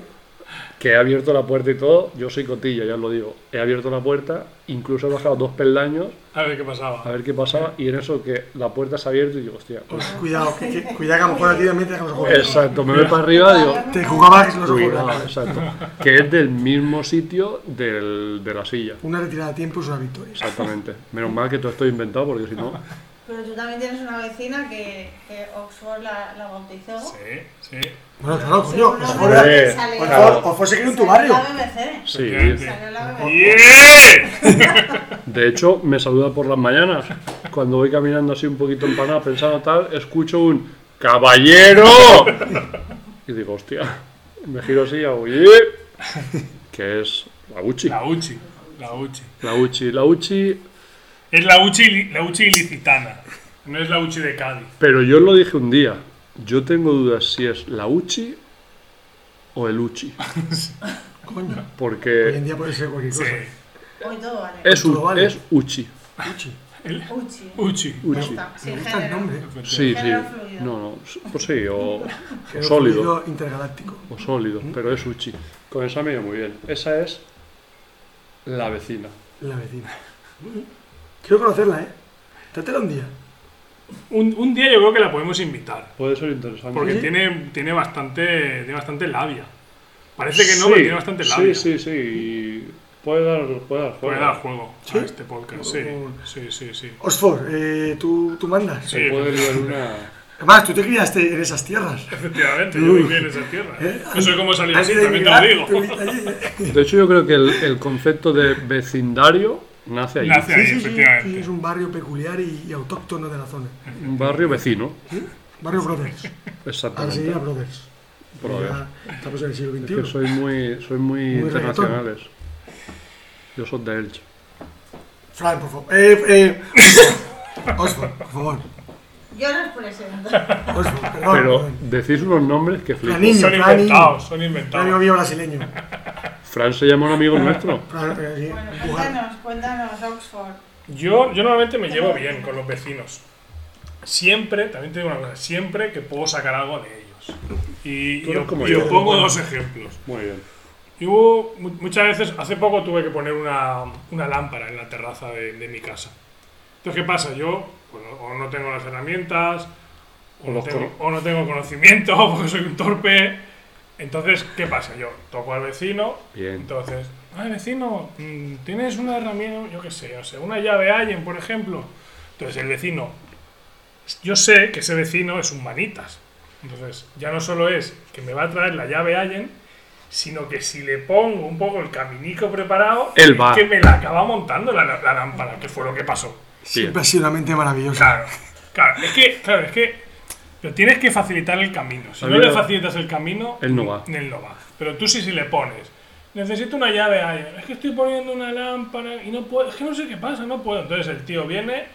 [SPEAKER 4] Que he abierto la puerta y todo. Yo soy cotilla, ya os lo digo. He abierto la puerta, incluso he bajado dos peldaños
[SPEAKER 2] A ver qué
[SPEAKER 4] a
[SPEAKER 2] pasaba.
[SPEAKER 4] ver qué pasaba. Y en eso que la puerta se ha abierto y digo, hostia.
[SPEAKER 3] Pues cuidado, que, que- cuidado que a lo mejor a ti también te dejan los ojos.
[SPEAKER 4] Exacto, me voy para arriba, digo.
[SPEAKER 3] Te jugabas los ojos.
[SPEAKER 4] Cuidado, exacto. Que es del mismo sitio del- de la
[SPEAKER 2] Eh.
[SPEAKER 4] silla.
[SPEAKER 3] Una retirada a tiempo es una victoria.
[SPEAKER 4] Exactamente. Menos mal que todo esto es inventado porque si no.
[SPEAKER 1] Pero tú también tienes una vecina que, que Oxford la, la bautizó.
[SPEAKER 2] Sí, sí.
[SPEAKER 3] Bueno, claro, coño.
[SPEAKER 1] Seguro
[SPEAKER 3] pues
[SPEAKER 1] que
[SPEAKER 3] fuera-
[SPEAKER 4] Hombre,
[SPEAKER 1] sale-
[SPEAKER 3] Por
[SPEAKER 4] Claro.
[SPEAKER 3] favor, o fuese que en tu
[SPEAKER 1] sale
[SPEAKER 3] barrio.
[SPEAKER 1] La BBC.
[SPEAKER 4] Sí.
[SPEAKER 2] Efectivamente.
[SPEAKER 1] Sale la BBC.
[SPEAKER 2] ¡Yeah!
[SPEAKER 4] De hecho, me saluda por las mañanas. Cuando voy caminando así un poquito empanado, pensando tal, escucho un ¡Caballero! Y digo, hostia. Me giro así y hago "Ye". Que es la Uchi.
[SPEAKER 2] La Uchi. La Uchi.
[SPEAKER 4] La Uchi. La Uchi.
[SPEAKER 2] Es la Uchi, li- la Uchi ilicitana. No es la Uchi de Cádiz.
[SPEAKER 4] Pero yo lo dije un día. Yo tengo dudas si es la Uchi o el Uchi.
[SPEAKER 3] Coño. Hoy en
[SPEAKER 4] Porque
[SPEAKER 3] día puede ser cualquier
[SPEAKER 2] Sí.
[SPEAKER 3] cosa.
[SPEAKER 1] Hoy todo vale.
[SPEAKER 4] es,
[SPEAKER 3] Todo
[SPEAKER 4] u-
[SPEAKER 3] vale.
[SPEAKER 4] es Uchi.
[SPEAKER 3] Uchi.
[SPEAKER 1] Uchi.
[SPEAKER 2] Uchi.
[SPEAKER 4] Uchi.
[SPEAKER 1] Está,
[SPEAKER 3] Me
[SPEAKER 1] Sin
[SPEAKER 3] gusta el
[SPEAKER 1] género.
[SPEAKER 3] nombre.
[SPEAKER 4] Sí, sí.
[SPEAKER 1] Género fluido.
[SPEAKER 4] No, no. s- Pues sí, o, o
[SPEAKER 3] Creo
[SPEAKER 4] sólido.
[SPEAKER 3] fluido Intergaláctico.
[SPEAKER 4] O sólido, pero es Uchi. Con esa me dio muy bien. Esa es la vecina.
[SPEAKER 3] La vecina. Quiero conocerla, ¿eh? Trátela un día.
[SPEAKER 2] Un, un día yo creo que la podemos invitar.
[SPEAKER 4] Puede ser interesante.
[SPEAKER 2] Porque
[SPEAKER 3] ¿Sí?
[SPEAKER 2] tiene, tiene, bastante, tiene bastante labia. Parece que no, pero tiene bastante labia.
[SPEAKER 4] Sí, sí, sí. y Puede dar, puede dar juego.
[SPEAKER 2] Puede dar juego
[SPEAKER 3] ¿Sí?
[SPEAKER 2] a este podcast. Sí, sí, sí. sí.
[SPEAKER 3] Oxford, eh, ¿tú, tú mandas.
[SPEAKER 2] Sí.
[SPEAKER 4] Se puede liar una.
[SPEAKER 3] Además, tú te criaste en esas tierras.
[SPEAKER 2] Efectivamente, yo viví en esa tierra. No sé cómo salir así,
[SPEAKER 3] Antes de
[SPEAKER 2] también te lo digo.
[SPEAKER 3] llegar, tú viste allí.
[SPEAKER 4] De hecho, yo creo que el, el concepto de vecindario nace ahí.
[SPEAKER 2] Nace
[SPEAKER 3] Sí,
[SPEAKER 2] ahí,
[SPEAKER 3] sí, sí, sí, es
[SPEAKER 2] efectivamente.
[SPEAKER 3] un barrio peculiar y, y autóctono de la zona.
[SPEAKER 4] Un barrio vecino.
[SPEAKER 3] Barrio Brothers.
[SPEAKER 4] Exactamente.
[SPEAKER 3] Arcelia Brothers.
[SPEAKER 4] Pero a ver,
[SPEAKER 3] Ya Estamos en el siglo
[SPEAKER 4] es que
[SPEAKER 3] XXI.
[SPEAKER 4] soy muy, soy Ah, muy, internacionales. Yo soy de Elche.
[SPEAKER 3] Fran, por favor. Eh, eh, Oxford, por favor.
[SPEAKER 1] Yo las presento.
[SPEAKER 3] Oxford, perdón.
[SPEAKER 4] Pero
[SPEAKER 3] perdón.
[SPEAKER 4] decís unos nombres que
[SPEAKER 3] Fran
[SPEAKER 4] flipo.
[SPEAKER 3] Niño,
[SPEAKER 2] Son
[SPEAKER 3] Fran Niño.
[SPEAKER 2] inventados, son
[SPEAKER 3] Un amigo
[SPEAKER 2] inventados.
[SPEAKER 3] mío brasileño.
[SPEAKER 4] Fran se llama un amigo nuestro.
[SPEAKER 3] Fran, eh, sí,
[SPEAKER 1] Bueno,
[SPEAKER 2] pues
[SPEAKER 3] Wuhan.
[SPEAKER 1] cuéntanos, cuéntanos, Oxford.
[SPEAKER 2] Yo, yo normalmente me llevo bien con los vecinos. Siempre, también te digo una cosa, siempre que puedo sacar algo de ellos. Y,
[SPEAKER 4] Tú
[SPEAKER 2] y
[SPEAKER 4] eres
[SPEAKER 2] os-
[SPEAKER 4] como
[SPEAKER 2] y
[SPEAKER 4] yo.
[SPEAKER 2] os pongo dos ejemplos.
[SPEAKER 4] Muy bien.
[SPEAKER 2] Y hubo mu- muchas veces, hace poco tuve que poner una, una lámpara en la terraza de, de mi casa. Entonces, ¿qué pasa? Yo pues, no- o no tengo las herramientas, o,
[SPEAKER 4] O
[SPEAKER 2] no
[SPEAKER 4] los
[SPEAKER 2] tengo, o no tengo conocimiento, porque soy un torpe. Entonces, ¿qué pasa? Yo toco al vecino,
[SPEAKER 4] Bien.
[SPEAKER 2] entonces, ah, vecino, mm, ¿tienes una herramienta? Yo qué sé, o sea, una llave Allen, por ejemplo. Entonces, el vecino, yo sé que ese vecino es un manitas. Entonces, ya no solo es que me va a traer la llave Allen, sino que si le pongo un poco el caminico preparado,
[SPEAKER 4] Él va.
[SPEAKER 2] es que me la acaba montando la, la lámpara, que fue lo que pasó.
[SPEAKER 3] Siempre ha sido una mente maravillosa.
[SPEAKER 2] Claro, claro, es que, claro, es que, pero tienes que facilitar el camino. Si
[SPEAKER 4] A
[SPEAKER 2] no
[SPEAKER 4] mí
[SPEAKER 2] le
[SPEAKER 4] lo-
[SPEAKER 2] facilitas el camino,
[SPEAKER 4] Él no va.
[SPEAKER 2] él no va. Pero tú sí, si le pones, necesito una llave Allen, es que estoy poniendo una lámpara y no puedo, es que no sé qué pasa, no puedo. Entonces el tío viene,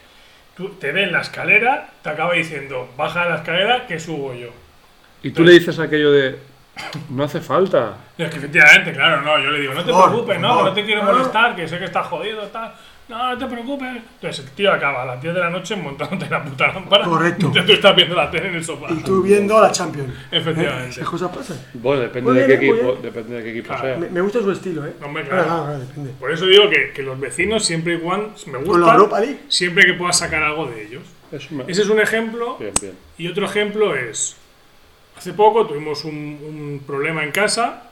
[SPEAKER 2] tú te ve en la escalera, te acaba diciendo, baja de la escalera que subo yo.
[SPEAKER 4] Y tú le dices aquello de. No hace falta.
[SPEAKER 2] No, es que efectivamente, claro, no, yo le digo, no te
[SPEAKER 3] Por favor,
[SPEAKER 2] preocupes,
[SPEAKER 3] por
[SPEAKER 2] no,
[SPEAKER 3] favor. Ah.
[SPEAKER 2] no te quiero molestar, que sé que estás jodido, tal. No, no te preocupes. Entonces el tío acaba a las 10 de la noche montándote la puta lámpara.
[SPEAKER 3] Correcto.
[SPEAKER 2] Entonces tú estás viendo la tele en el sofá.
[SPEAKER 3] Y tú viendo a la Champions.
[SPEAKER 2] Efectivamente.
[SPEAKER 3] Esas cosas pasan.
[SPEAKER 4] Bueno, depende
[SPEAKER 3] Muy
[SPEAKER 4] de qué
[SPEAKER 3] bien, muy
[SPEAKER 4] equipo,
[SPEAKER 3] bien.
[SPEAKER 4] depende de qué equipo
[SPEAKER 2] Claro.
[SPEAKER 4] sea.
[SPEAKER 3] Me, me gusta su estilo, ¿eh?
[SPEAKER 2] Hombre,
[SPEAKER 3] Claro,
[SPEAKER 2] claro.
[SPEAKER 3] claro, claro, depende.
[SPEAKER 2] Por eso digo que, que los vecinos siempre y cuando me
[SPEAKER 3] Con la Europa
[SPEAKER 2] gustan,
[SPEAKER 3] League.
[SPEAKER 2] siempre que puedas sacar algo de ellos.
[SPEAKER 4] Eso me-
[SPEAKER 2] Ese es un ejemplo.
[SPEAKER 4] Bien, bien.
[SPEAKER 2] Y otro ejemplo es, hace poco tuvimos un, un problema en casa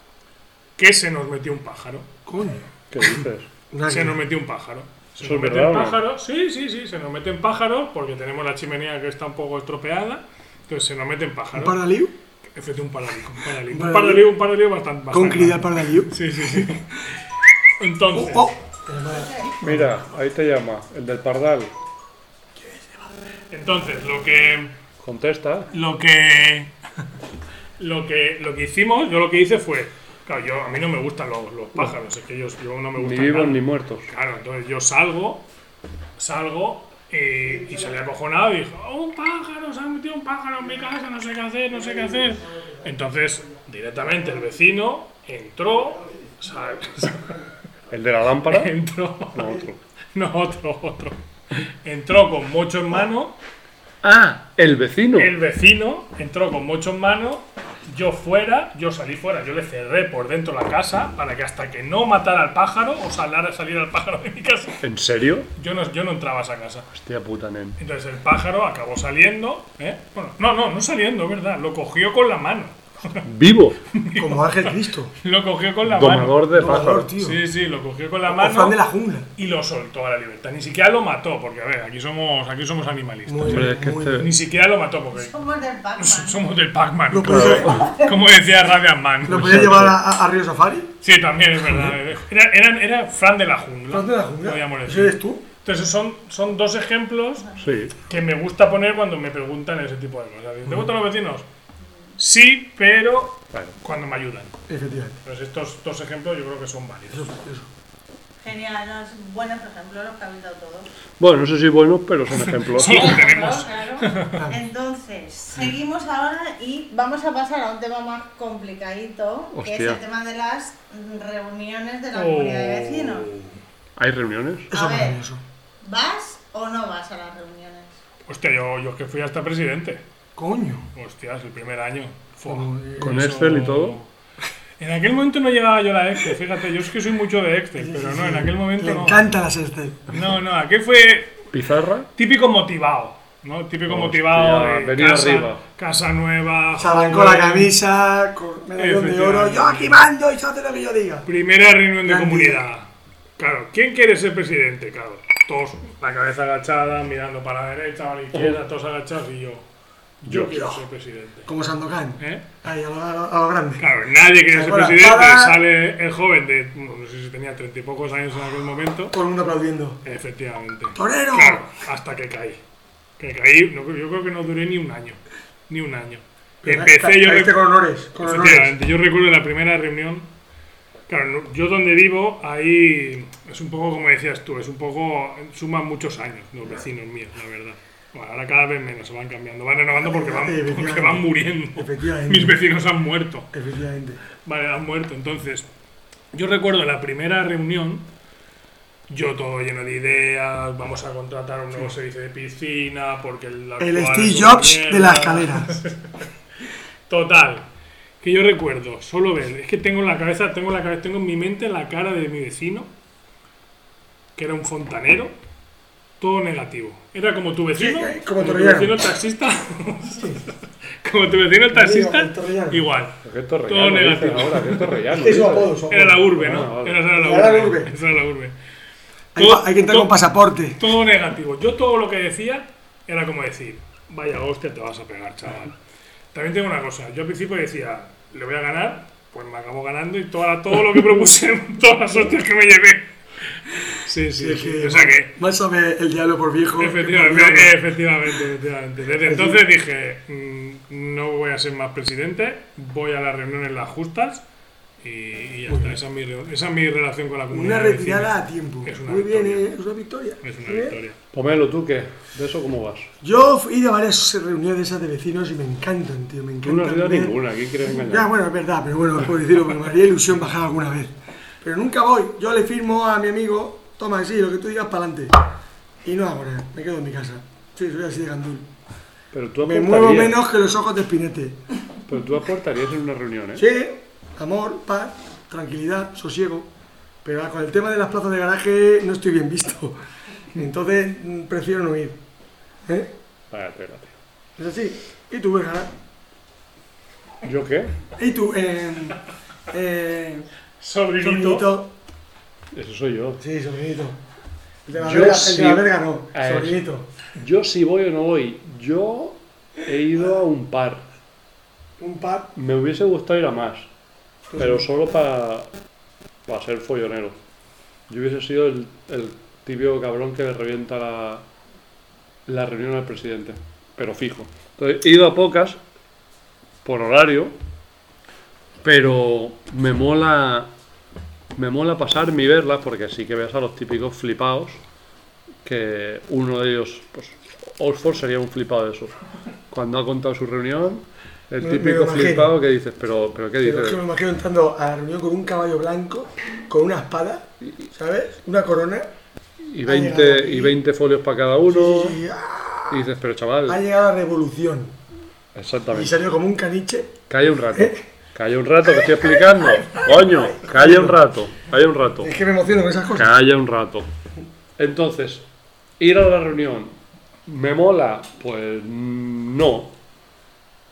[SPEAKER 2] que se nos metió un pájaro.
[SPEAKER 3] Coño.
[SPEAKER 4] ¿Qué dices?
[SPEAKER 3] Una
[SPEAKER 2] Se
[SPEAKER 3] que-
[SPEAKER 2] nos metió un pájaro. Se
[SPEAKER 4] ¿Eso
[SPEAKER 2] nos
[SPEAKER 4] es verdad o
[SPEAKER 2] meten
[SPEAKER 4] no?
[SPEAKER 2] pájaros, sí, sí, sí, se nos meten pájaros porque tenemos la chimenea que está un poco estropeada. Entonces se nos meten
[SPEAKER 3] ¿Un
[SPEAKER 2] pájaros.
[SPEAKER 3] paraliu?
[SPEAKER 2] Efectivamente, un paralío, un paralío.
[SPEAKER 3] Un
[SPEAKER 2] Un
[SPEAKER 3] paralío.
[SPEAKER 2] paralío, un paralío bastante
[SPEAKER 3] ¿Con
[SPEAKER 2] bastante.
[SPEAKER 3] Cridal paraliu?
[SPEAKER 2] Sí, sí, sí. Entonces,
[SPEAKER 3] ¡Oh!
[SPEAKER 4] Mira, ahí te llama, el del Pardal.
[SPEAKER 2] entonces lo que
[SPEAKER 4] Contesta.
[SPEAKER 2] lo que lo que lo que hicimos, yo lo que hice fue, claro, yo a mí no me gustan los, los pájaros, es que yo, yo no me
[SPEAKER 4] Ni
[SPEAKER 2] gustan
[SPEAKER 4] vivos
[SPEAKER 2] nada.
[SPEAKER 4] ni muertos.
[SPEAKER 2] Claro, entonces yo salgo, salgo eh, y salí acojonado y dijo, un pájaro, se ha metido un pájaro en mi casa, no sé qué hacer, no sé qué hacer. Entonces, directamente el vecino entró, sal-
[SPEAKER 4] El de la lámpara.
[SPEAKER 2] entró,
[SPEAKER 4] No, otro.
[SPEAKER 2] no otro, otro, entró con mocho en mano,
[SPEAKER 4] Ah, el vecino.
[SPEAKER 2] el vecino entró con mocho en mano, Yo fuera, yo salí fuera, yo le cerré por dentro la casa para que hasta que no matara al pájaro o salara, saliera el pájaro de mi casa,
[SPEAKER 4] ¿En serio?
[SPEAKER 2] yo no, yo no entraba a esa casa.
[SPEAKER 4] Hostia puta, nen.
[SPEAKER 2] Entonces el pájaro acabó saliendo, ¿eh? Bueno, no, no, no saliendo, es verdad, lo cogió con la mano.
[SPEAKER 4] Vivo.
[SPEAKER 3] Como Ángel Cristo.
[SPEAKER 2] Lo cogió con la
[SPEAKER 4] Domador de
[SPEAKER 3] Domador,
[SPEAKER 4] pájaros.
[SPEAKER 3] tío.
[SPEAKER 2] Sí, sí, lo cogió con la
[SPEAKER 3] O fan
[SPEAKER 2] mano
[SPEAKER 3] de la jungla.
[SPEAKER 2] y lo soltó a la libertad. Ni siquiera lo mató, porque a ver, aquí somos, aquí somos animalistas.
[SPEAKER 3] Muy
[SPEAKER 4] Hombre,
[SPEAKER 3] bien,
[SPEAKER 4] es que
[SPEAKER 3] muy
[SPEAKER 4] este-
[SPEAKER 3] bien.
[SPEAKER 2] Ni siquiera lo mató, porque
[SPEAKER 1] Somos del Pac-Man.
[SPEAKER 2] somos del Pac-Man.
[SPEAKER 3] Lo
[SPEAKER 2] como-
[SPEAKER 3] podía,
[SPEAKER 2] Como decía Radiant Man.
[SPEAKER 3] lo podía llevar a, a- a Río Safari.
[SPEAKER 2] Sí, también es verdad. Era, era, era Fran de la jungla.
[SPEAKER 3] Fan de la jungla.
[SPEAKER 2] podríamos
[SPEAKER 3] ¿Eso
[SPEAKER 2] decir.
[SPEAKER 3] eres tú?
[SPEAKER 2] Entonces son, son dos ejemplos
[SPEAKER 4] Sí.
[SPEAKER 2] que me gusta poner cuando me preguntan ese tipo de cosas. ¿Te gustan los vecinos? Sí, pero
[SPEAKER 4] Claro.
[SPEAKER 2] cuando me ayudan.
[SPEAKER 3] Efectivamente.
[SPEAKER 2] Entonces estos dos ejemplos yo creo que son
[SPEAKER 3] Eso,
[SPEAKER 2] válidos.
[SPEAKER 3] eso.
[SPEAKER 1] Genial, los buenos ejemplos los que habéis dado todos.
[SPEAKER 4] Bueno, no sé si buenos, pero son ejemplos.
[SPEAKER 2] Sí.
[SPEAKER 1] Claro,
[SPEAKER 2] tenemos.
[SPEAKER 1] claro. Entonces, seguimos ahora y vamos a pasar a un tema más complicadito, que es
[SPEAKER 4] Hostia.
[SPEAKER 1] el tema de las reuniones de la
[SPEAKER 2] Oh.
[SPEAKER 1] comunidad de vecinos.
[SPEAKER 4] ¿Hay reuniones?
[SPEAKER 1] A
[SPEAKER 3] Eso es
[SPEAKER 1] ver.
[SPEAKER 3] maravilloso.
[SPEAKER 1] ¿Vas o no vas a las reuniones?
[SPEAKER 2] Hostia, yo, yo es que fui hasta presidente.
[SPEAKER 3] Coño. eh,
[SPEAKER 2] Hostias, el primer año. Fua,
[SPEAKER 3] Con-
[SPEAKER 4] con Excel y todo.
[SPEAKER 2] En aquel momento no llegaba yo a la Excel, fíjate, yo es que soy mucho de Excel, pero no, en aquel momento
[SPEAKER 3] Le
[SPEAKER 2] no.
[SPEAKER 3] encantan las Excel.
[SPEAKER 2] No, no, aquel fue
[SPEAKER 4] ¿Pizarra?
[SPEAKER 2] típico motivado, ¿no? Típico
[SPEAKER 4] Hostia,
[SPEAKER 2] motivado de
[SPEAKER 4] venir
[SPEAKER 2] casa,
[SPEAKER 4] arriba.
[SPEAKER 2] casa nueva.
[SPEAKER 3] Se arrancó la
[SPEAKER 2] joven.
[SPEAKER 3] camisa, con medallón de oro. Yo aquí mando y yo hace lo que yo diga.
[SPEAKER 2] Primera reunión de
[SPEAKER 3] Gran
[SPEAKER 2] comunidad. Claro, ¿quién quiere ser presidente? Claro, todos, la cabeza agachada, mirando para la derecha, para la izquierda, todos agachados y yo. Yo,
[SPEAKER 4] Yo.
[SPEAKER 2] quiero ser presidente.
[SPEAKER 3] Como Sandokan.
[SPEAKER 2] ¿Eh?
[SPEAKER 3] Ahí, a lo, a lo- a lo grande.
[SPEAKER 2] Claro, nadie quería ser
[SPEAKER 3] Sacó la
[SPEAKER 2] presidente,
[SPEAKER 3] espada.
[SPEAKER 2] sale el joven de, no sé si tenía treinta y pocos años en aquel momento.
[SPEAKER 3] Todo el mundo aplaudiendo.
[SPEAKER 2] Efectivamente.
[SPEAKER 3] ¡Torero!
[SPEAKER 2] Claro, hasta que caí. Que caí, no, yo creo que no duré ni un año. Ni un año. Empecé yo.
[SPEAKER 3] Caíste
[SPEAKER 2] recu-
[SPEAKER 3] con honores. Con honores.
[SPEAKER 2] Efectivamente, yo recuerdo la primera reunión. Claro, no- yo donde vivo, ahí es un poco como decías tú, es un poco. suman muchos años los vecinos míos, la verdad. Bueno, ahora cada vez menos se van cambiando, van renovando porque van,
[SPEAKER 3] Efectivamente.
[SPEAKER 2] porque van muriendo.
[SPEAKER 3] Efectivamente.
[SPEAKER 2] Mis vecinos han muerto.
[SPEAKER 3] Efectivamente.
[SPEAKER 2] Vale, han muerto. Entonces, yo recuerdo la primera reunión, yo todo lleno de ideas, vamos a contratar un nuevo servicio de piscina, porque el, actual
[SPEAKER 3] El
[SPEAKER 2] es
[SPEAKER 3] Steve
[SPEAKER 2] una
[SPEAKER 3] Jobs de
[SPEAKER 2] mierda.
[SPEAKER 3] la escalera.
[SPEAKER 2] Total. Que yo recuerdo, solo ver, es que tengo en la cabeza, tengo en la cabeza, tengo en mi mente la cara de mi vecino, que era un fontanero, todo negativo. Era como tu vecino,
[SPEAKER 3] Sí, como
[SPEAKER 2] como, tu
[SPEAKER 3] Torrellano.
[SPEAKER 2] vecino el taxista, como tu vecino el taxista,
[SPEAKER 3] como Torrellano.
[SPEAKER 2] igual.
[SPEAKER 4] ¿Qué es
[SPEAKER 2] Todo
[SPEAKER 4] Torrellano? dices
[SPEAKER 2] negativo.
[SPEAKER 4] Ahora, ¿qué es Torrellano?
[SPEAKER 3] Este es su
[SPEAKER 4] dices?
[SPEAKER 3] apodo, su apodo.
[SPEAKER 2] Era la urbe, ¿no?
[SPEAKER 4] Ah, vale.
[SPEAKER 2] Era, esa
[SPEAKER 3] Era la
[SPEAKER 2] la urbe.
[SPEAKER 3] urbe.
[SPEAKER 2] Esa era la urbe.
[SPEAKER 3] Hay,
[SPEAKER 2] Todo-
[SPEAKER 3] hay que entrar con
[SPEAKER 2] todo-
[SPEAKER 3] pasaporte.
[SPEAKER 2] Todo negativo. Yo todo lo que decía era como decir, vaya hostia, te vas a pegar, chaval. También tengo una cosa. Yo al principio decía, le voy a ganar, pues me acabo ganando y toda, todo lo que propuse, todas las hostias que me llevé. Sí, sí,
[SPEAKER 3] Es
[SPEAKER 2] sí.
[SPEAKER 3] que
[SPEAKER 2] O sea que,
[SPEAKER 3] Más sabe el diablo por viejo. que por
[SPEAKER 2] efectivamente,
[SPEAKER 3] diablo.
[SPEAKER 2] efectivamente, efectivamente. Desde entonces dije, "Mm, no voy a ser más presidente, voy a las reuniones las justas y, y ya está. Esa es, mi, re- esa es mi relación con la comunidad.
[SPEAKER 3] Una
[SPEAKER 2] de
[SPEAKER 3] retirada a
[SPEAKER 2] vecinos.
[SPEAKER 3] tiempo.
[SPEAKER 2] Es una
[SPEAKER 3] Muy bien,
[SPEAKER 2] victoria.
[SPEAKER 3] eh, es una victoria.
[SPEAKER 2] Es una
[SPEAKER 3] Muy bien.
[SPEAKER 2] victoria.
[SPEAKER 4] Pomelo, ¿tú qué? ¿De eso cómo vas?
[SPEAKER 3] Yo he ido a varias reuniones esas de vecinos y me encantan, tío, me
[SPEAKER 4] Tú
[SPEAKER 3] encantan.
[SPEAKER 4] no has ido a
[SPEAKER 3] ver-
[SPEAKER 4] ninguna, ¿quién quieres engañar?
[SPEAKER 3] Ya, bueno, es verdad, pero bueno, puedo decirlo porque me haría ilusión bajar alguna vez. Pero nunca voy. Yo le firmo a mi amigo, toma, sí, lo que tú digas, para adelante. Y no ahora, me quedo en mi casa. Sí, soy así de gandul.
[SPEAKER 4] Pero tú
[SPEAKER 3] Me
[SPEAKER 4] aportarías.
[SPEAKER 3] muevo menos que los ojos de Spinete.
[SPEAKER 4] Pero tú aportarías en una reunión, ¿eh?
[SPEAKER 3] Sí, amor, paz, tranquilidad, sosiego. Pero ah, con el tema de las plazas de garaje no estoy bien visto. Entonces mm, prefiero no ir. ¿Eh?
[SPEAKER 4] Vaya tela, tío.
[SPEAKER 3] Es así. ¿Y tú, Bergara?
[SPEAKER 4] ¿Yo qué?
[SPEAKER 3] ¿Y tú? Eh, eh,
[SPEAKER 2] Sobrinito.
[SPEAKER 3] sobrinito.
[SPEAKER 4] Eso soy yo.
[SPEAKER 3] Sí, sobrinito. El de la,
[SPEAKER 4] Yo
[SPEAKER 3] verga, el
[SPEAKER 4] sí.
[SPEAKER 3] de la verga no,
[SPEAKER 4] Ah, es.
[SPEAKER 3] sobrinito.
[SPEAKER 4] Yo si voy o no voy. Yo he ido a un par.
[SPEAKER 3] Un pues, par.
[SPEAKER 4] Me hubiese gustado ir a más. Pero solo para ser follonero. Yo hubiese sido el, el tibio cabrón que le revienta la, la reunión al presidente. Pero fijo. Entonces, he ido a pocas por horario. Pero me mola. Me mola pasarme y verlas porque sí que ves a los típicos flipados. Que uno de ellos, pues, Oxford sería un flipado de esos. Cuando ha contado su reunión, el
[SPEAKER 3] Me- me lo
[SPEAKER 4] típico
[SPEAKER 3] imagino.
[SPEAKER 4] flipado que dices, pero, pero ¿qué
[SPEAKER 3] Pero
[SPEAKER 4] dices?
[SPEAKER 3] es que me imagino entrando a la reunión con un caballo blanco, con una espada, ¿sabes? Una corona.
[SPEAKER 4] Y
[SPEAKER 3] Ha llegado
[SPEAKER 4] 20,
[SPEAKER 3] aquí.
[SPEAKER 4] y 20 folios para cada uno.
[SPEAKER 3] Y, ah,
[SPEAKER 4] Y dices, pero
[SPEAKER 3] ha
[SPEAKER 4] chaval,
[SPEAKER 3] llegado la revolución. Y
[SPEAKER 4] Exactamente.
[SPEAKER 3] salió como un caniche.
[SPEAKER 4] Calla un rato. Calla un rato, que estoy explicando. Coño, calla un rato. Calla un rato.
[SPEAKER 3] Es que me emociono con esas cosas.
[SPEAKER 4] Calla un rato. Entonces, ir a la reunión, ¿me mola? Pues mm, no.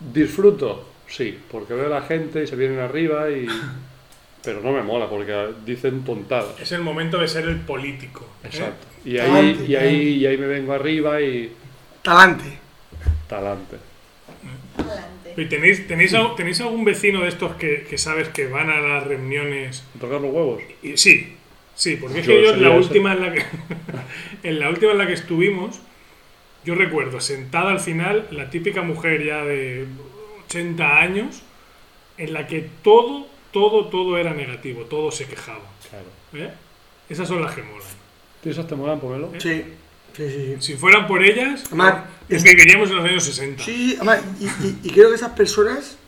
[SPEAKER 4] ¿Disfruto? Sí, porque veo a la gente y se vienen arriba y... Pero no me mola porque dicen tontadas.
[SPEAKER 2] Es el momento de ser el político. ¿eh?
[SPEAKER 4] Exacto. Y ahí, y ahí, y ahí me vengo arriba y...
[SPEAKER 3] Talante.
[SPEAKER 4] Talante.
[SPEAKER 1] Adelante.
[SPEAKER 2] ¿Y tenéis, tenéis, al- tenéis algún vecino de estos que, que sabes que van a las reuniones?
[SPEAKER 4] Tocar los huevos.
[SPEAKER 2] Y, sí, sí, porque es
[SPEAKER 4] Yo
[SPEAKER 2] que yo en
[SPEAKER 4] sería
[SPEAKER 2] la,
[SPEAKER 4] ese.
[SPEAKER 2] última en, la que, en la última en la que estuvimos, yo recuerdo sentada al final la típica mujer ya de 80 años, en la que todo, todo, todo era negativo, todo se quejaba.
[SPEAKER 4] Claro.
[SPEAKER 2] ¿eh? Esas son las que molan.
[SPEAKER 4] ¿Tú esas te molan, Pomelo?
[SPEAKER 3] Sí. Sí, sí, sí.
[SPEAKER 2] Si fueran por ellas,
[SPEAKER 3] Además,
[SPEAKER 2] es que queríamos en los años 60.
[SPEAKER 3] Sí, además, y, y- y creo que esas personas,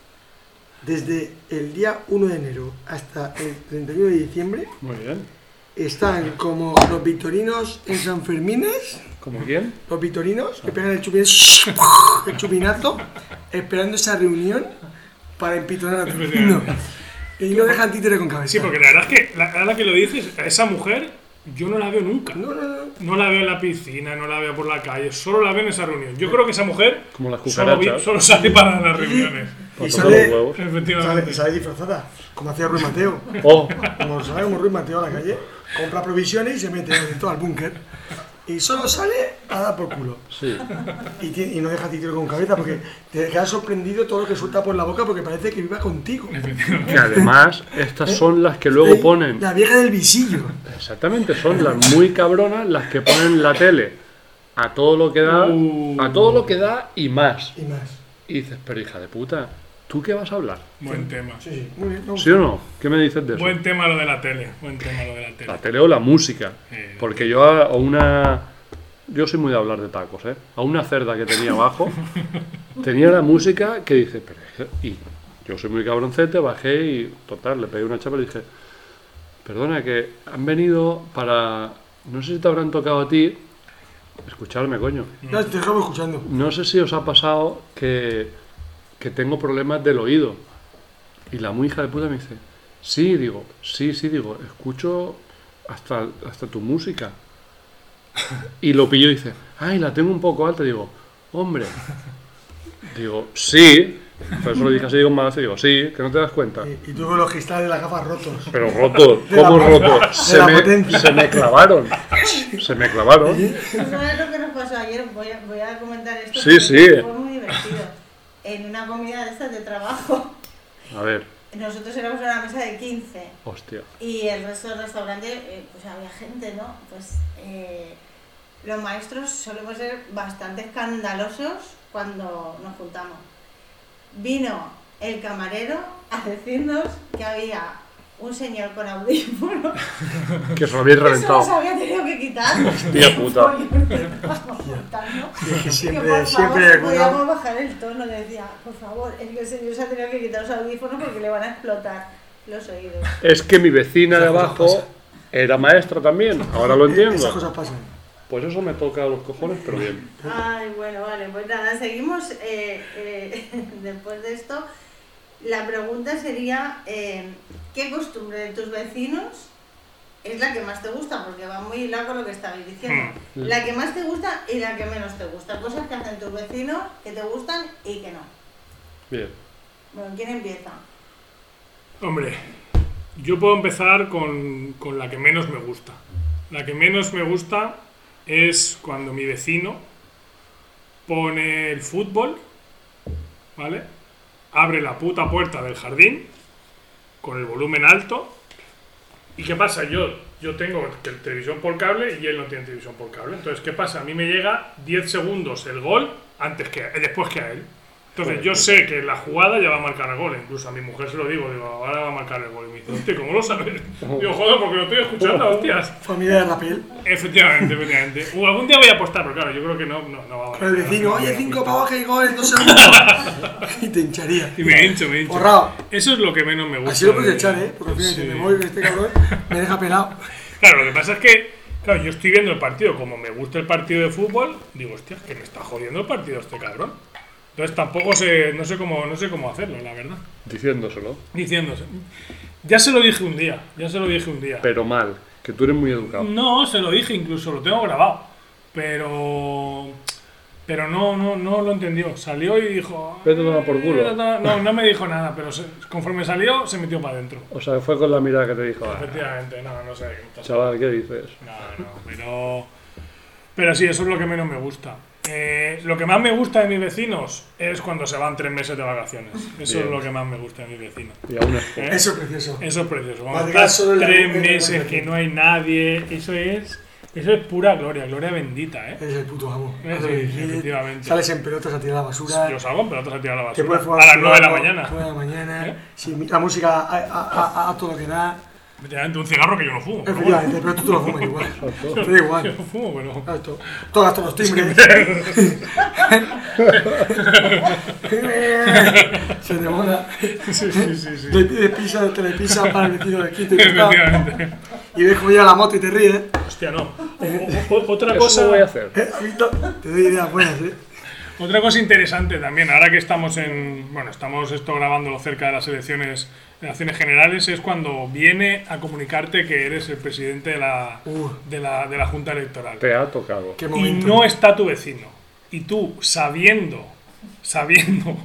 [SPEAKER 3] desde el día 1 de enero hasta el 31 de diciembre,
[SPEAKER 4] Muy bien.
[SPEAKER 3] están como los victorinos en San Fermines,
[SPEAKER 4] ¿Como quién?
[SPEAKER 3] los victorinos que pegan el chupin, el chupinazo, esperando esa reunión para empitonar a todo el mundo. Y no dejan títere con cabeza.
[SPEAKER 2] Sí, porque la verdad es que, la, ahora que lo dices, a esa mujer yo no la veo nunca.
[SPEAKER 3] No, no, no.
[SPEAKER 2] No la veo en la piscina, no la veo por la calle, solo la veo en esa reunión. Yo creo que esa mujer
[SPEAKER 4] Como las
[SPEAKER 2] solo, vi-
[SPEAKER 4] cucarachas.
[SPEAKER 2] solo sale para las reuniones.
[SPEAKER 4] Para
[SPEAKER 3] Y
[SPEAKER 4] tocar
[SPEAKER 3] sale-
[SPEAKER 4] los huevos.
[SPEAKER 2] Efectivamente.
[SPEAKER 3] Sale, sale disfrazada, como hacía Ruy Mateo.
[SPEAKER 4] Oh,
[SPEAKER 3] Como sale como Ruy Mateo a la calle, compra provisiones y se mete en todo al búnker. Y solo sale a dar por culo.
[SPEAKER 4] sí.
[SPEAKER 3] Y, tie- y no deja títere con cabeza porque te quedas sorprendido todo lo que suelta por la boca porque parece que viva contigo.
[SPEAKER 4] Que además, estas son las que luego ponen.
[SPEAKER 3] eh, La vieja del visillo.
[SPEAKER 4] Exactamente, son las muy cabronas las que ponen la tele. A todo lo que da,
[SPEAKER 2] Uh.
[SPEAKER 4] a todo lo que da y más.
[SPEAKER 3] Y más.
[SPEAKER 4] Y dices, pero hija de puta, ¿tú qué vas a hablar?
[SPEAKER 2] Buen tema.
[SPEAKER 3] Sí, sí. Muy bien. no,
[SPEAKER 4] ¿Sí o no? ¿Qué me dices de eso?
[SPEAKER 2] Buen tema lo de la tele. Buen tema lo de la tele.
[SPEAKER 4] La tele o la música.
[SPEAKER 2] Eh,
[SPEAKER 4] Porque yo a a una. Yo soy muy de hablar de tacos, ¿eh? A una cerda que tenía abajo, tenía la música que dice. Pero, y yo soy muy cabroncete, bajé y, total, le pedí una chapa y le dije: Perdona, que han venido para. No sé si te habrán tocado a ti. Escucharme, coño.
[SPEAKER 3] No, te dejamos escuchando.
[SPEAKER 4] No sé si os ha pasado que, que tengo problemas del oído. Y la muy hija de puta me dice, sí, digo, sí, sí, digo, escucho hasta, hasta tu música. Y lo pillo y dice, ay, la tengo un poco alta. Digo, hombre. Digo, sí. Pero eso lo dije así, digo, más, y digo, sí, que no te das cuenta.
[SPEAKER 3] Y, y tú con los cristales de las gafas rotos.
[SPEAKER 4] Pero roto,
[SPEAKER 3] De la
[SPEAKER 4] ¿cómo
[SPEAKER 3] pot-
[SPEAKER 4] roto?
[SPEAKER 3] de
[SPEAKER 4] Se
[SPEAKER 3] la
[SPEAKER 4] me,
[SPEAKER 3] potencia.
[SPEAKER 4] se me clavaron. Se me clavaron.
[SPEAKER 1] ¿Tú sabes lo que nos pasó ayer? Voy a, voy a comentar esto.
[SPEAKER 4] Sí,
[SPEAKER 1] porque
[SPEAKER 4] sí.
[SPEAKER 1] Fue muy divertido. En una comida de estas de trabajo,
[SPEAKER 4] A ver,
[SPEAKER 1] nosotros éramos una mesa de 15.
[SPEAKER 4] hostia.
[SPEAKER 1] Y el resto del restaurante, eh, pues había gente, ¿no? Pues eh, los maestros solemos ser bastante escandalosos cuando nos juntamos. Vino el camarero a decirnos que había un señor con audífonos
[SPEAKER 4] Que os lo habéis
[SPEAKER 1] que se los
[SPEAKER 4] reventado.
[SPEAKER 1] había tenido que quitar.
[SPEAKER 4] Hostia puta.
[SPEAKER 1] Porque no estábamos juntando.
[SPEAKER 3] Es que
[SPEAKER 1] Que, por
[SPEAKER 3] siempre,
[SPEAKER 1] favor,
[SPEAKER 3] siempre
[SPEAKER 1] si
[SPEAKER 3] hay alguna.
[SPEAKER 1] podíamos bajar el tono, decía, por favor, es que el señor se ha tenido que quitar los audífonos porque le van a explotar los oídos.
[SPEAKER 4] Es que mi vecina de
[SPEAKER 3] Esas cosas
[SPEAKER 4] abajo era maestra también, ahora lo
[SPEAKER 3] Esas
[SPEAKER 4] entiendo.
[SPEAKER 3] cosas pasan.
[SPEAKER 4] Pues eso me toca los cojones, pero bien.
[SPEAKER 1] Ay, bueno, vale, pues nada, seguimos eh, eh, después de esto. La pregunta sería, eh, ¿qué costumbre de tus vecinos es la que más te gusta? Porque va muy hilado con lo que estabais diciendo.
[SPEAKER 3] Hmm,
[SPEAKER 1] La que más te gusta y la que menos te gusta. Cosas que hacen tus vecinos que te gustan y que no.
[SPEAKER 4] Bien.
[SPEAKER 1] Bueno, ¿quién empieza?
[SPEAKER 2] Hombre, yo puedo empezar con, con la que menos me gusta. La que menos me gusta es cuando mi vecino pone el fútbol, ¿vale? Abre la puta puerta del jardín con el volumen alto. ¿Y qué pasa? Yo, yo tengo el televisión por cable y él no tiene televisión por cable. Entonces, ¿qué pasa? A mí me llega 10 segundos el gol antes que, eh, después que a él. Entonces, yo sé que la jugada ya va a marcar el gol. Incluso a mi mujer se lo digo, digo, ahora va a marcar el gol. Y me dice, hostia, ¿cómo lo sabes? Digo, joder, porque lo estoy escuchando, hostias.
[SPEAKER 3] Familia de Rapel.
[SPEAKER 2] Efectivamente, efectivamente. Uh, algún día voy a apostar, pero claro, yo creo que no, no, no va a valer.
[SPEAKER 3] Con el vecino,
[SPEAKER 2] No voy a
[SPEAKER 3] oye, cinco
[SPEAKER 2] apostar.
[SPEAKER 3] pavos que hay goles, dos segundos. y te hincharía.
[SPEAKER 2] Y me hincho, me hincho.
[SPEAKER 3] Borrado.
[SPEAKER 2] Eso es lo que menos me gusta.
[SPEAKER 3] Así lo puedes
[SPEAKER 2] de-
[SPEAKER 3] echar, ¿eh? Porque al final
[SPEAKER 2] Sí.
[SPEAKER 3] dice, me voy, este cabrón me deja pelado.
[SPEAKER 2] Claro, lo que pasa es que, claro, yo estoy viendo el partido, como me gusta el partido de fútbol, digo, hostia, que me está jodiendo el partido este cabrón. Entonces tampoco sé, no sé cómo, no sé cómo hacerlo, la verdad.
[SPEAKER 4] diciéndoselo,
[SPEAKER 2] Diciéndose. Ya se lo dije un día, ya se lo dije un día.
[SPEAKER 4] pero mal, que tú eres muy educado.
[SPEAKER 2] No, se lo dije incluso, lo tengo grabado. Pero. Pero no, no, no lo entendió. Salió y dijo. "Eh,
[SPEAKER 4] Vete a tomar por culo.
[SPEAKER 2] No, no me dijo nada, pero se- conforme salió, se metió para adentro.
[SPEAKER 4] O sea, fue con la mirada que te dijo, "Ah,
[SPEAKER 2] Efectivamente, no, no sé. qué pasa.
[SPEAKER 4] chaval, ¿qué dices?
[SPEAKER 2] No, no, pero. Pero sí, eso es lo que menos me gusta. Eh, lo que más me gusta de mis vecinos es cuando se van tres meses de vacaciones. Eso es
[SPEAKER 4] Bien.
[SPEAKER 2] lo que más me gusta de mis vecinos.
[SPEAKER 4] Y aún es poco.
[SPEAKER 2] ¿Eh?
[SPEAKER 3] Eso es precioso.
[SPEAKER 2] Eso es precioso. Cuando
[SPEAKER 3] Madrid,
[SPEAKER 2] estás
[SPEAKER 3] solo en la
[SPEAKER 2] tres
[SPEAKER 3] mujer,
[SPEAKER 2] meses
[SPEAKER 3] madre.
[SPEAKER 2] que no hay nadie, eso es, eso es pura gloria, gloria bendita, ¿eh?
[SPEAKER 3] Eres el puto amo.
[SPEAKER 2] Sí,
[SPEAKER 3] Haz lo que
[SPEAKER 2] sí,
[SPEAKER 3] quieres,
[SPEAKER 2] efectivamente.
[SPEAKER 3] Sales en pelotas a tirar la basura.
[SPEAKER 2] Yo salgo, pero otros a tirar la
[SPEAKER 3] Te
[SPEAKER 2] basura
[SPEAKER 3] puedes fumar
[SPEAKER 2] a las
[SPEAKER 3] un
[SPEAKER 2] 9 de la
[SPEAKER 3] cigarro,
[SPEAKER 2] mañana.
[SPEAKER 3] nueve de la mañana.
[SPEAKER 2] ¿Eh?
[SPEAKER 3] Sí, la música a, a- a- a todo lo que da.
[SPEAKER 2] Efectivamente, un cigarro que yo no fumo. pero bueno.
[SPEAKER 3] Efectivamente, pero tú te lo fumas igual. Te da
[SPEAKER 2] Yo
[SPEAKER 3] igual.
[SPEAKER 2] no fumo, pero.
[SPEAKER 3] Claro, to- Todas, todos los timbres. Se te mola.
[SPEAKER 2] Sí, sí, sí. sí.
[SPEAKER 3] Le pides pizza, te le pisa para el vecino de aquí. Te gusta.
[SPEAKER 2] Efectivamente.
[SPEAKER 3] y ves cómo llega la moto y te ríes.
[SPEAKER 2] Hostia, no. O- o- otra
[SPEAKER 4] Eso
[SPEAKER 2] cosa.
[SPEAKER 4] lo voy a hacer.
[SPEAKER 3] ¿Eh? ¿Has visto? Te doy ideas buenas, ¿eh?
[SPEAKER 2] Otra cosa interesante también, ahora que estamos en. Bueno, estamos esto grabándolo cerca de las elecciones de acciones generales, es cuando viene a comunicarte que eres el presidente de la,
[SPEAKER 3] Uh.
[SPEAKER 2] de la, de la Junta Electoral.
[SPEAKER 4] Te ha tocado.
[SPEAKER 3] Qué
[SPEAKER 2] Y
[SPEAKER 3] momento.
[SPEAKER 2] no está tu vecino. Y tú, sabiendo, sabiendo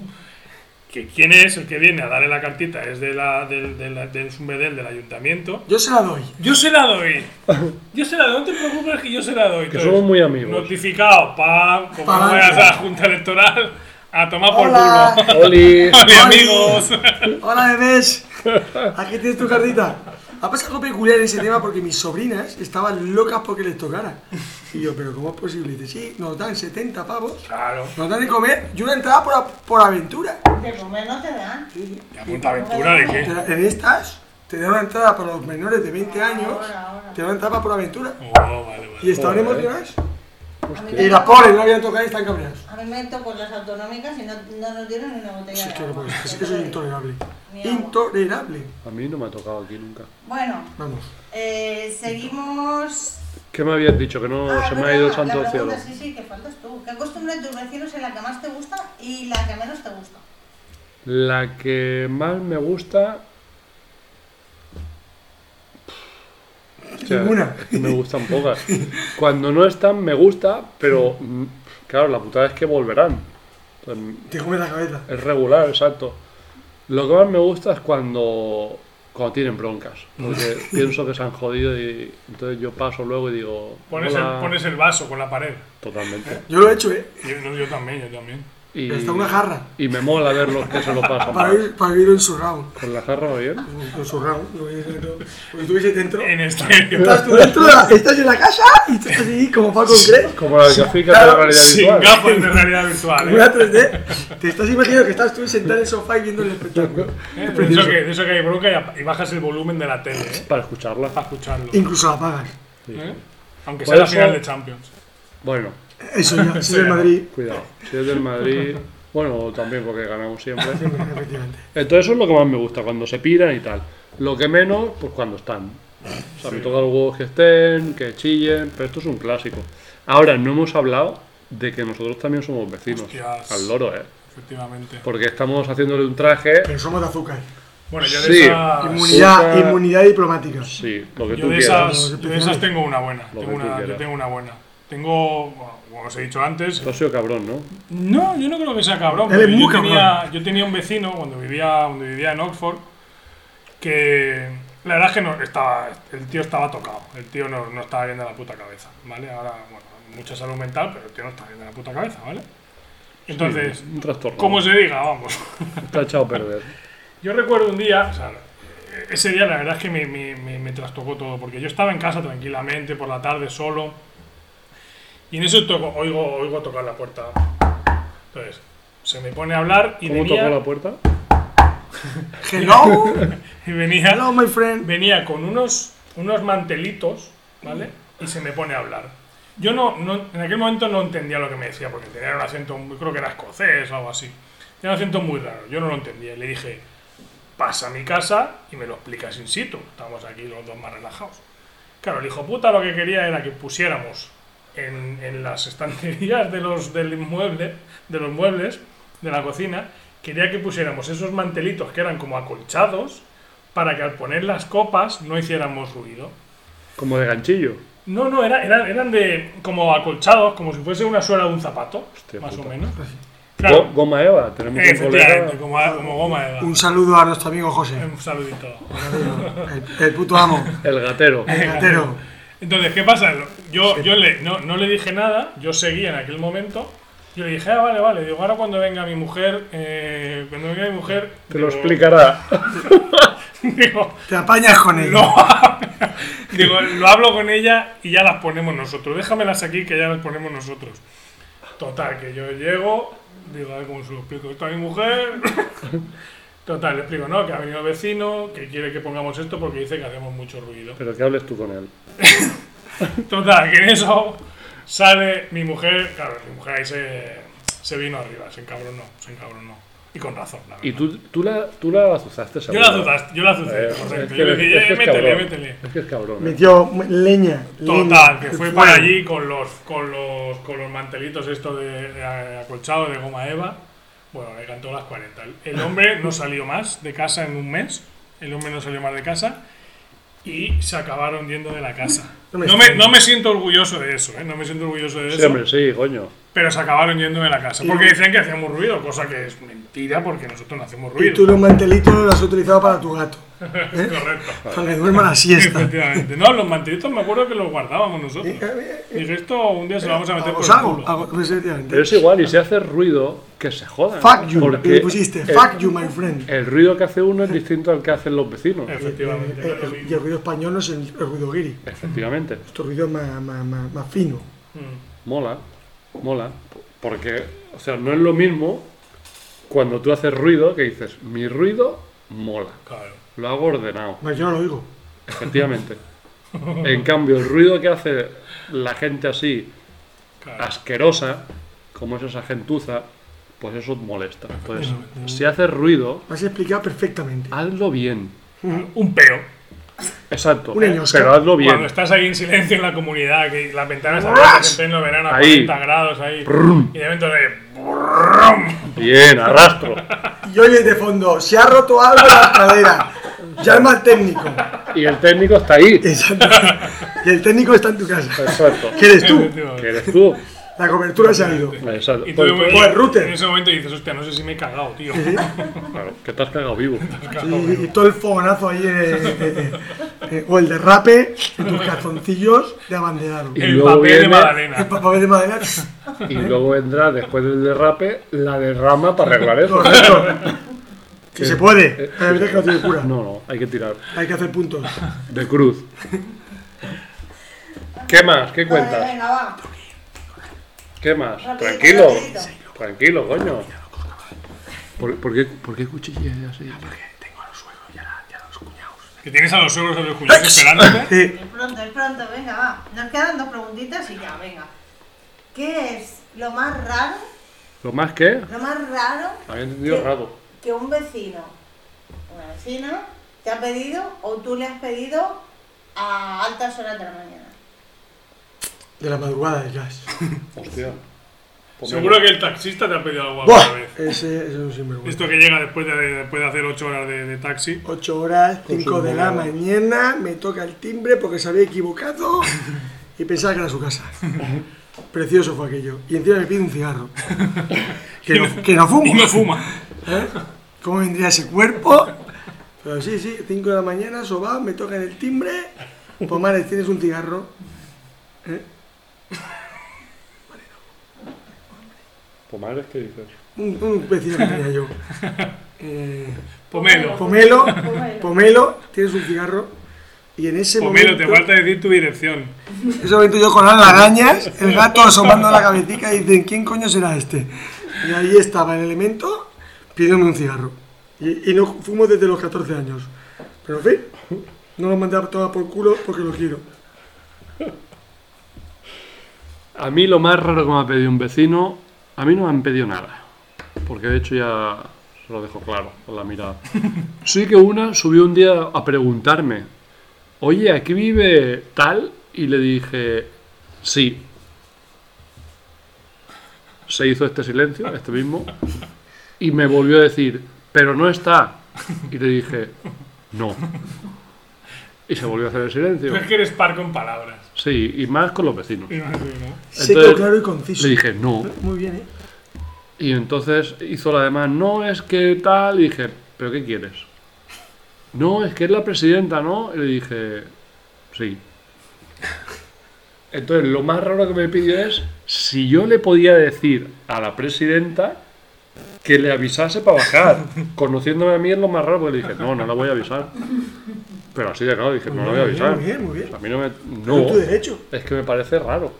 [SPEAKER 2] que quién es el que viene a darle la cartita, es de la, del, del, del Sumbedel, del ayuntamiento.
[SPEAKER 3] Yo se la doy.
[SPEAKER 2] Yo se la doy. Yo se la doy, no te preocupes que yo se la doy.
[SPEAKER 4] Que somos muy amigos.
[SPEAKER 2] Notificado, pam, como
[SPEAKER 3] Pa'lante.
[SPEAKER 2] vayas a la Junta Electoral, a tomar por
[SPEAKER 3] Hola.
[SPEAKER 2] culo.
[SPEAKER 4] ¡Oli!
[SPEAKER 2] Hola,
[SPEAKER 3] Oli.
[SPEAKER 2] amigos.
[SPEAKER 3] Hola bebés, aquí tienes tu cartita. Ha pasado algo peculiar en ese tema porque mis sobrinas estaban locas porque les tocara. Y yo, pero ¿cómo es posible? Y dice, sí, nos dan 70 pavos,
[SPEAKER 2] Claro.
[SPEAKER 3] nos dan de comer y una entrada por, a- por aventura.
[SPEAKER 1] De comer no te dan.
[SPEAKER 2] La puta aventura de
[SPEAKER 3] Te
[SPEAKER 2] qué.
[SPEAKER 3] da- En estas te dan una entrada para los menores de 20 años,
[SPEAKER 1] Ahora, ahora.
[SPEAKER 3] te dan una entrada por aventura.
[SPEAKER 2] Oh, vale,
[SPEAKER 3] Y
[SPEAKER 2] vale.
[SPEAKER 3] estaban
[SPEAKER 4] Joder.
[SPEAKER 3] emocionados.
[SPEAKER 1] A mí,
[SPEAKER 3] Y
[SPEAKER 1] me,
[SPEAKER 3] las pobres no habían tocado y están cabreados.
[SPEAKER 1] a mí me tocó las autonómicas y no, no nos dieron ni una botella
[SPEAKER 3] Sí,
[SPEAKER 1] de
[SPEAKER 3] es que no
[SPEAKER 1] agua.
[SPEAKER 3] puede ser, es que eso es intolerable.
[SPEAKER 1] Ni agua.
[SPEAKER 3] Intolerable.
[SPEAKER 4] A mí no me ha tocado aquí nunca.
[SPEAKER 1] Bueno,
[SPEAKER 3] Vamos.
[SPEAKER 1] eh, seguimos.
[SPEAKER 4] ¿Qué me habías dicho? Que no
[SPEAKER 1] Ah,
[SPEAKER 4] se me ha
[SPEAKER 1] perdona,
[SPEAKER 4] ido el
[SPEAKER 1] la
[SPEAKER 4] santo al cielo.
[SPEAKER 1] pregunta, Sí, sí, que faltas tú. ¿Qué costumbre de tus vecinos es la que más te gusta y la que menos te gusta?
[SPEAKER 4] La que más me gusta. Hostia,
[SPEAKER 3] Ninguna.
[SPEAKER 4] es que me gustan pocas. Cuando no están, me gusta, pero mm, claro, la putada es que volverán. Entonces,
[SPEAKER 3] Te comes la cabeza.
[SPEAKER 4] Es regular, exacto. Lo que más me gusta es cuando, cuando tienen broncas, porque pienso que se han jodido y entonces yo paso luego y digo,
[SPEAKER 2] Pones el,
[SPEAKER 4] "Hola".
[SPEAKER 2] pones el vaso con la pared.
[SPEAKER 4] totalmente.
[SPEAKER 3] Yo lo he hecho, ¿eh?
[SPEAKER 2] Yo, no, yo también, yo también.
[SPEAKER 4] Y,
[SPEAKER 3] Hasta una jarra.
[SPEAKER 4] y me mola ver los que se lo pasan.
[SPEAKER 3] Para ir, para ir en su round.
[SPEAKER 4] Con la jarra va bien.
[SPEAKER 3] Con su round, lo que dice dentro. Porque tú dices dentro.
[SPEAKER 2] En este.
[SPEAKER 3] Estás tú dentro, de la- estás en la casa y estás así como Falcon Crest,
[SPEAKER 4] Como la grafica de la
[SPEAKER 3] claro,
[SPEAKER 4] realidad
[SPEAKER 2] Sin
[SPEAKER 4] virtual.
[SPEAKER 2] gafas de realidad virtual.
[SPEAKER 3] con
[SPEAKER 2] ¿eh?
[SPEAKER 3] una 3D. Te estás imaginando que estás tú sentado en el sofá y viendo el espectáculo.
[SPEAKER 2] Eh, De eso, que, de eso que hay bronca y ap- y bajas el volumen de la tele, ¿eh?
[SPEAKER 4] Para escucharla.
[SPEAKER 2] Para escucharlo.
[SPEAKER 3] Incluso la apagas.
[SPEAKER 4] Sí, sí.
[SPEAKER 2] ¿eh? Aunque
[SPEAKER 4] Por
[SPEAKER 2] sea la
[SPEAKER 4] eso-
[SPEAKER 2] final de Champions.
[SPEAKER 4] Bueno,
[SPEAKER 3] Eso ya,
[SPEAKER 2] Eso
[SPEAKER 3] si es de
[SPEAKER 2] ya.
[SPEAKER 3] Madrid.
[SPEAKER 4] cuidado. Si es del Madrid, bueno, también porque ganamos siempre.
[SPEAKER 3] Efectivamente.
[SPEAKER 4] Entonces eso es lo que más me gusta, cuando se piran y tal. Lo que menos, pues cuando están. O sea, me toca los huevos que estén, que chillen, pero esto es un clásico. Ahora, no hemos hablado de que nosotros también somos vecinos.
[SPEAKER 2] Hostias.
[SPEAKER 4] Al loro, ¿eh?
[SPEAKER 2] Efectivamente.
[SPEAKER 4] Porque estamos haciéndole un traje...
[SPEAKER 3] Pero somos de azúcar.
[SPEAKER 2] Bueno, yo de
[SPEAKER 4] Sí.
[SPEAKER 2] esas.
[SPEAKER 3] Inmunidad,
[SPEAKER 4] azúcar.
[SPEAKER 3] inmunidad diplomática.
[SPEAKER 4] Sí, lo que
[SPEAKER 2] Yo
[SPEAKER 4] tú
[SPEAKER 2] de
[SPEAKER 4] quieras.
[SPEAKER 2] esas, yo de esas tengo una buena. Tengo
[SPEAKER 4] Lo que tú
[SPEAKER 2] una, yo
[SPEAKER 4] quieras.
[SPEAKER 2] tengo una buena. Tengo, bueno, como os he dicho antes.
[SPEAKER 4] Tú has sido cabrón, ¿no?
[SPEAKER 2] No, yo no creo que sea cabrón.
[SPEAKER 3] Eres
[SPEAKER 2] porque
[SPEAKER 3] muy
[SPEAKER 2] yo, tenía,
[SPEAKER 3] cabrón.
[SPEAKER 2] yo tenía un vecino cuando vivía, cuando vivía en Oxford que la verdad es que no, estaba, el tío estaba tocado. El tío no, no estaba bien de la puta cabeza. ¿Vale? Ahora, bueno, mucha salud mental, pero el tío no está bien de la puta cabeza. ¿Vale? Entonces,
[SPEAKER 4] Sí, un trastorno.
[SPEAKER 2] como se diga, vamos.
[SPEAKER 4] Está echado a perder.
[SPEAKER 2] Yo recuerdo un día, o sea, ese día la verdad es que me, me- me- me trastocó todo, porque yo estaba en casa tranquilamente, por la tarde, solo, y en eso toco, oigo, oigo tocar la puerta. Entonces, se me pone a hablar y
[SPEAKER 4] ¿Cómo tocó
[SPEAKER 2] venía,
[SPEAKER 4] la puerta?
[SPEAKER 3] Hello,
[SPEAKER 2] y venía,
[SPEAKER 3] hello, my friend.
[SPEAKER 2] venía con unos, unos mantelitos, ¿vale? Y se me pone a hablar. Yo no, no- en aquel momento no entendía lo que me decía, porque tenía un acento, muy- creo que era escocés o algo así. Tenía un acento muy raro, yo no lo entendía. Y le dije, pasa a mi casa y me lo explicas in situ. Estamos aquí los dos más relajados. Claro, el hijo puta lo que quería era que pusiéramos en, en las estanterías de los, del inmueble, de los muebles de la cocina, quería que pusiéramos esos mantelitos que eran como acolchados para que al poner las copas no hiciéramos ruido.
[SPEAKER 4] Como de ganchillo.
[SPEAKER 2] No, no, era, era- eran de como acolchados, como si fuese una suela de un zapato,
[SPEAKER 4] Hostia
[SPEAKER 2] más
[SPEAKER 4] puta.
[SPEAKER 2] o menos.
[SPEAKER 4] Go-
[SPEAKER 2] Claro, eh,
[SPEAKER 4] Goma Eva, tenemos un
[SPEAKER 2] efectivamente,
[SPEAKER 4] colega.
[SPEAKER 2] como, a- como goma de edad.
[SPEAKER 3] Un saludo a nuestro amigo José,
[SPEAKER 2] Un saludito.
[SPEAKER 3] el, el puto amo,
[SPEAKER 4] El gatero.
[SPEAKER 3] el gatero.
[SPEAKER 2] Entonces, ¿qué pasa? Yo, yo le, no, no le dije nada, yo seguía en aquel momento. Yo le dije, ah, vale, vale. Digo, ahora cuando venga mi mujer, eh, cuando venga mi mujer.
[SPEAKER 4] Te lo
[SPEAKER 2] digo-
[SPEAKER 4] explicará.
[SPEAKER 2] Digo,
[SPEAKER 3] Te apañas con él.
[SPEAKER 2] lo, digo, lo hablo con ella y ya las ponemos nosotros. Déjamelas aquí que ya las ponemos nosotros. Total, que yo llego, digo, a ver cómo se lo explico esto a mi mujer. Total, le explico, no, que ha venido el vecino, que quiere que pongamos esto porque dice que hacemos mucho ruido.
[SPEAKER 4] Pero que hables tú con él.
[SPEAKER 2] Total, que en eso sale mi mujer. Claro, mi mujer ahí se, se vino arriba, se encabronó, se encabronó. Y con razón, la
[SPEAKER 4] Y
[SPEAKER 2] verdad.
[SPEAKER 4] tú, tú, la, tú la
[SPEAKER 2] Yo
[SPEAKER 4] azuzaste, seguro.
[SPEAKER 2] la azuzaste, yo la azucé,
[SPEAKER 4] Eh,
[SPEAKER 2] correcto.
[SPEAKER 4] es que
[SPEAKER 2] Yo le dije,
[SPEAKER 4] es que
[SPEAKER 2] "Eh,
[SPEAKER 4] es
[SPEAKER 2] métele,
[SPEAKER 4] cabrón.
[SPEAKER 2] métele.
[SPEAKER 4] Es que es cabrón. eh.
[SPEAKER 3] Metió leña.
[SPEAKER 2] Total,
[SPEAKER 3] leña,
[SPEAKER 2] que
[SPEAKER 3] el
[SPEAKER 2] fue
[SPEAKER 3] fuego.
[SPEAKER 2] para allí con los, con los, con los mantelitos estos de, de acolchado de goma eva. Bueno, le cantó las 40. El hombre no salió más de casa en un mes. El hombre no salió más de casa. Y se acabaron yendo de la casa.
[SPEAKER 3] No
[SPEAKER 2] No
[SPEAKER 3] me
[SPEAKER 2] me,
[SPEAKER 3] extraña.
[SPEAKER 2] no me siento orgulloso de eso, ¿eh? No me siento orgulloso de eso.
[SPEAKER 4] Sí, hombre, sí, coño.
[SPEAKER 2] Pero se acabaron yendo de la casa.
[SPEAKER 3] Y-
[SPEAKER 2] Porque decían que hacíamos ruido, cosa que es mentira porque nosotros no hacemos
[SPEAKER 3] Y
[SPEAKER 2] ruido.
[SPEAKER 3] tú los mantelitos los has utilizado para tu gato. ¿eh?
[SPEAKER 2] Correcto.
[SPEAKER 3] Para que duerma la siesta.
[SPEAKER 2] Efectivamente. No, los mantelitos me acuerdo que los guardábamos nosotros.
[SPEAKER 3] eh,
[SPEAKER 2] Dije, esto un día se lo vamos a meter
[SPEAKER 3] Hago,
[SPEAKER 2] por el
[SPEAKER 3] eh, hago,
[SPEAKER 2] culo.
[SPEAKER 3] hago, pues, efectivamente.
[SPEAKER 4] Pero es igual, y si hace ruido, que se jodan.
[SPEAKER 3] Fuck you,
[SPEAKER 4] Porque
[SPEAKER 3] que le pusiste.
[SPEAKER 4] el-
[SPEAKER 3] Fuck you, my friend.
[SPEAKER 4] El ruido que hace uno es distinto al que hacen los vecinos.
[SPEAKER 2] Efectivamente.
[SPEAKER 3] Eh,
[SPEAKER 2] no es lo
[SPEAKER 3] eh, Y el
[SPEAKER 2] mismo.
[SPEAKER 3] ruido español no es el, el ruido guiri.
[SPEAKER 4] Efectivamente.
[SPEAKER 3] Esto ruido es más, más, más, más fino.
[SPEAKER 2] Mm.
[SPEAKER 4] Mola, mola. Porque, o sea, no es lo mismo cuando tú haces ruido que dices, mi ruido mola.
[SPEAKER 2] Claro.
[SPEAKER 4] Lo hago ordenado,
[SPEAKER 3] Más yo no lo oigo.
[SPEAKER 4] efectivamente. En cambio, el ruido que hace la gente así, Ah,
[SPEAKER 2] claro.
[SPEAKER 4] asquerosa, como es esa gentuza, pues eso molesta. Entonces, si haces ruido,
[SPEAKER 3] Lo has explicado perfectamente.
[SPEAKER 4] hazlo bien.
[SPEAKER 2] Un peo.
[SPEAKER 4] Exacto.
[SPEAKER 3] Una ñosca.
[SPEAKER 4] Pero hazlo
[SPEAKER 2] Cuando
[SPEAKER 4] bien.
[SPEAKER 2] estás ahí en silencio en la comunidad, que las ventanas abiertas en pleno verano a
[SPEAKER 4] Ahí.
[SPEAKER 2] 40 grados ahí. Y de momento de.
[SPEAKER 4] Bien, arrastro.
[SPEAKER 3] Y oye de fondo, se ha roto algo en la cadera. Llama al técnico.
[SPEAKER 4] Y el técnico está ahí.
[SPEAKER 3] Exacto. Y el técnico está en tu casa.
[SPEAKER 4] Exacto.
[SPEAKER 3] ¿Qué eres tú?
[SPEAKER 4] Que eres tú.
[SPEAKER 3] La cobertura se ha ido.
[SPEAKER 4] Exacto.
[SPEAKER 2] este. Y tú
[SPEAKER 4] Pues-
[SPEAKER 2] de momento-
[SPEAKER 3] por el router.
[SPEAKER 2] En ese momento dices, hostia, no sé si me he cagado, tío.
[SPEAKER 4] Claro, que te has cagado vivo.
[SPEAKER 3] Y, y todo el fogonazo ahí. eh, eh, eh, eh, o el derrape y tus calzoncillos de abanderado.
[SPEAKER 4] Y
[SPEAKER 2] El
[SPEAKER 4] luego
[SPEAKER 2] papel de
[SPEAKER 4] viene-
[SPEAKER 2] Madalena.
[SPEAKER 3] El papel de madera. pss,
[SPEAKER 4] Y luego vendrá, después del derrape, la derrama para arreglar eso.
[SPEAKER 3] Correcto. Si se puede. La verdad es que no tiene cura.
[SPEAKER 4] Eh, No, no, hay que tirar.
[SPEAKER 3] Hay que hacer puntos.
[SPEAKER 4] De cruz. ¿Qué más? ¿Qué
[SPEAKER 1] Vale,
[SPEAKER 4] cuentas?
[SPEAKER 1] venga, va.
[SPEAKER 4] ¿Qué más?
[SPEAKER 1] Rapidito,
[SPEAKER 4] Tranquilo.
[SPEAKER 1] rapidito.
[SPEAKER 4] Tranquilo, coño. ¿Por, por qué, por qué cuchillas así?
[SPEAKER 2] Que tienes a los suegros de los cuñados esperándote.
[SPEAKER 3] Eh,
[SPEAKER 1] Es pronto, es pronto, venga, va. Nos quedan dos preguntitas y ya, venga. ¿Qué es lo más raro,
[SPEAKER 4] ¿Lo más que?
[SPEAKER 1] lo más raro
[SPEAKER 4] Había entendido raro.
[SPEAKER 1] que un vecino, una vecina, te ha pedido o tú le has pedido a altas horas de la mañana?
[SPEAKER 3] de la madrugada de jazz.
[SPEAKER 4] Hostia. Pues
[SPEAKER 2] Seguro
[SPEAKER 4] mira,
[SPEAKER 2] que el taxista te ha pedido algo alguna
[SPEAKER 3] Buah,
[SPEAKER 2] vez.
[SPEAKER 3] ese es un sinvergüenza.
[SPEAKER 2] Esto que llega después de, después de hacer 8 horas de, de taxi.
[SPEAKER 3] 8 horas,
[SPEAKER 4] Con
[SPEAKER 3] 5
[SPEAKER 4] su
[SPEAKER 3] de la
[SPEAKER 4] madre.
[SPEAKER 3] mañana, me toca el timbre porque se había equivocado y pensaba que era su casa. Precioso fue aquello. Y encima me pide un cigarro. Que no, que no
[SPEAKER 2] Y
[SPEAKER 3] fumo.
[SPEAKER 2] no fuma.
[SPEAKER 3] ¿eh? ¿Cómo vendría ese cuerpo? Pero sí, sí, 5 de la mañana, soba, me toca en el timbre. Pomares, tienes un cigarro. ¿eh?
[SPEAKER 4] Pomares, ¿qué dices?
[SPEAKER 3] Un, un vecino que tenía yo. Eh,
[SPEAKER 2] Pomelo.
[SPEAKER 3] pomelo,
[SPEAKER 1] Pomelo.
[SPEAKER 3] pomelo, tienes un cigarro. Y en ese
[SPEAKER 2] Pomelo, te
[SPEAKER 3] momento.
[SPEAKER 2] falta decir tu dirección.
[SPEAKER 3] En ese momento yo con las lagañas, el gato asomando la cabecita y dicen, ¿quién coño será este? Y ahí estaba el elemento pidiéndome un cigarro. Y, y no fumo desde los 14 años. Pero en fin, no lo mandé a tomar por culo porque lo quiero.
[SPEAKER 4] A mí lo más raro que me ha pedido un vecino, a mí no me han pedido nada. Porque de hecho ya se lo dejo claro con la mirada. Sí que una subió un día a preguntarme, oye, ¿aquí vive tal? Y le dije, sí. Se hizo este silencio, este mismo. Y me volvió a decir, pero no está. Y le dije, no. Y se volvió a hacer el silencio.
[SPEAKER 2] Tú es que eres par con palabras.
[SPEAKER 4] Sí, y más con los vecinos.
[SPEAKER 2] Y más así, ¿no?
[SPEAKER 3] Seco,
[SPEAKER 4] Entonces,
[SPEAKER 3] claro y conciso.
[SPEAKER 4] Le dije, no.
[SPEAKER 3] Muy bien, ¿eh?
[SPEAKER 4] Y entonces hizo la demás, no es que tal, y dije, ¿pero qué quieres? No, es que es la presidenta, ¿no? Y le dije, sí. Entonces lo más raro que me pidió es si yo le podía decir a la presidenta que le avisase para bajar. Conociéndome a mí es lo más raro, porque le dije, no, no la voy a avisar. Pero así de claro, dije, no la voy
[SPEAKER 3] Muy
[SPEAKER 4] a
[SPEAKER 3] bien,
[SPEAKER 4] avisar.
[SPEAKER 3] Muy bien, muy bien.
[SPEAKER 4] A mí no me...
[SPEAKER 3] Es tu
[SPEAKER 4] No,
[SPEAKER 3] derecho.
[SPEAKER 4] es que me parece raro.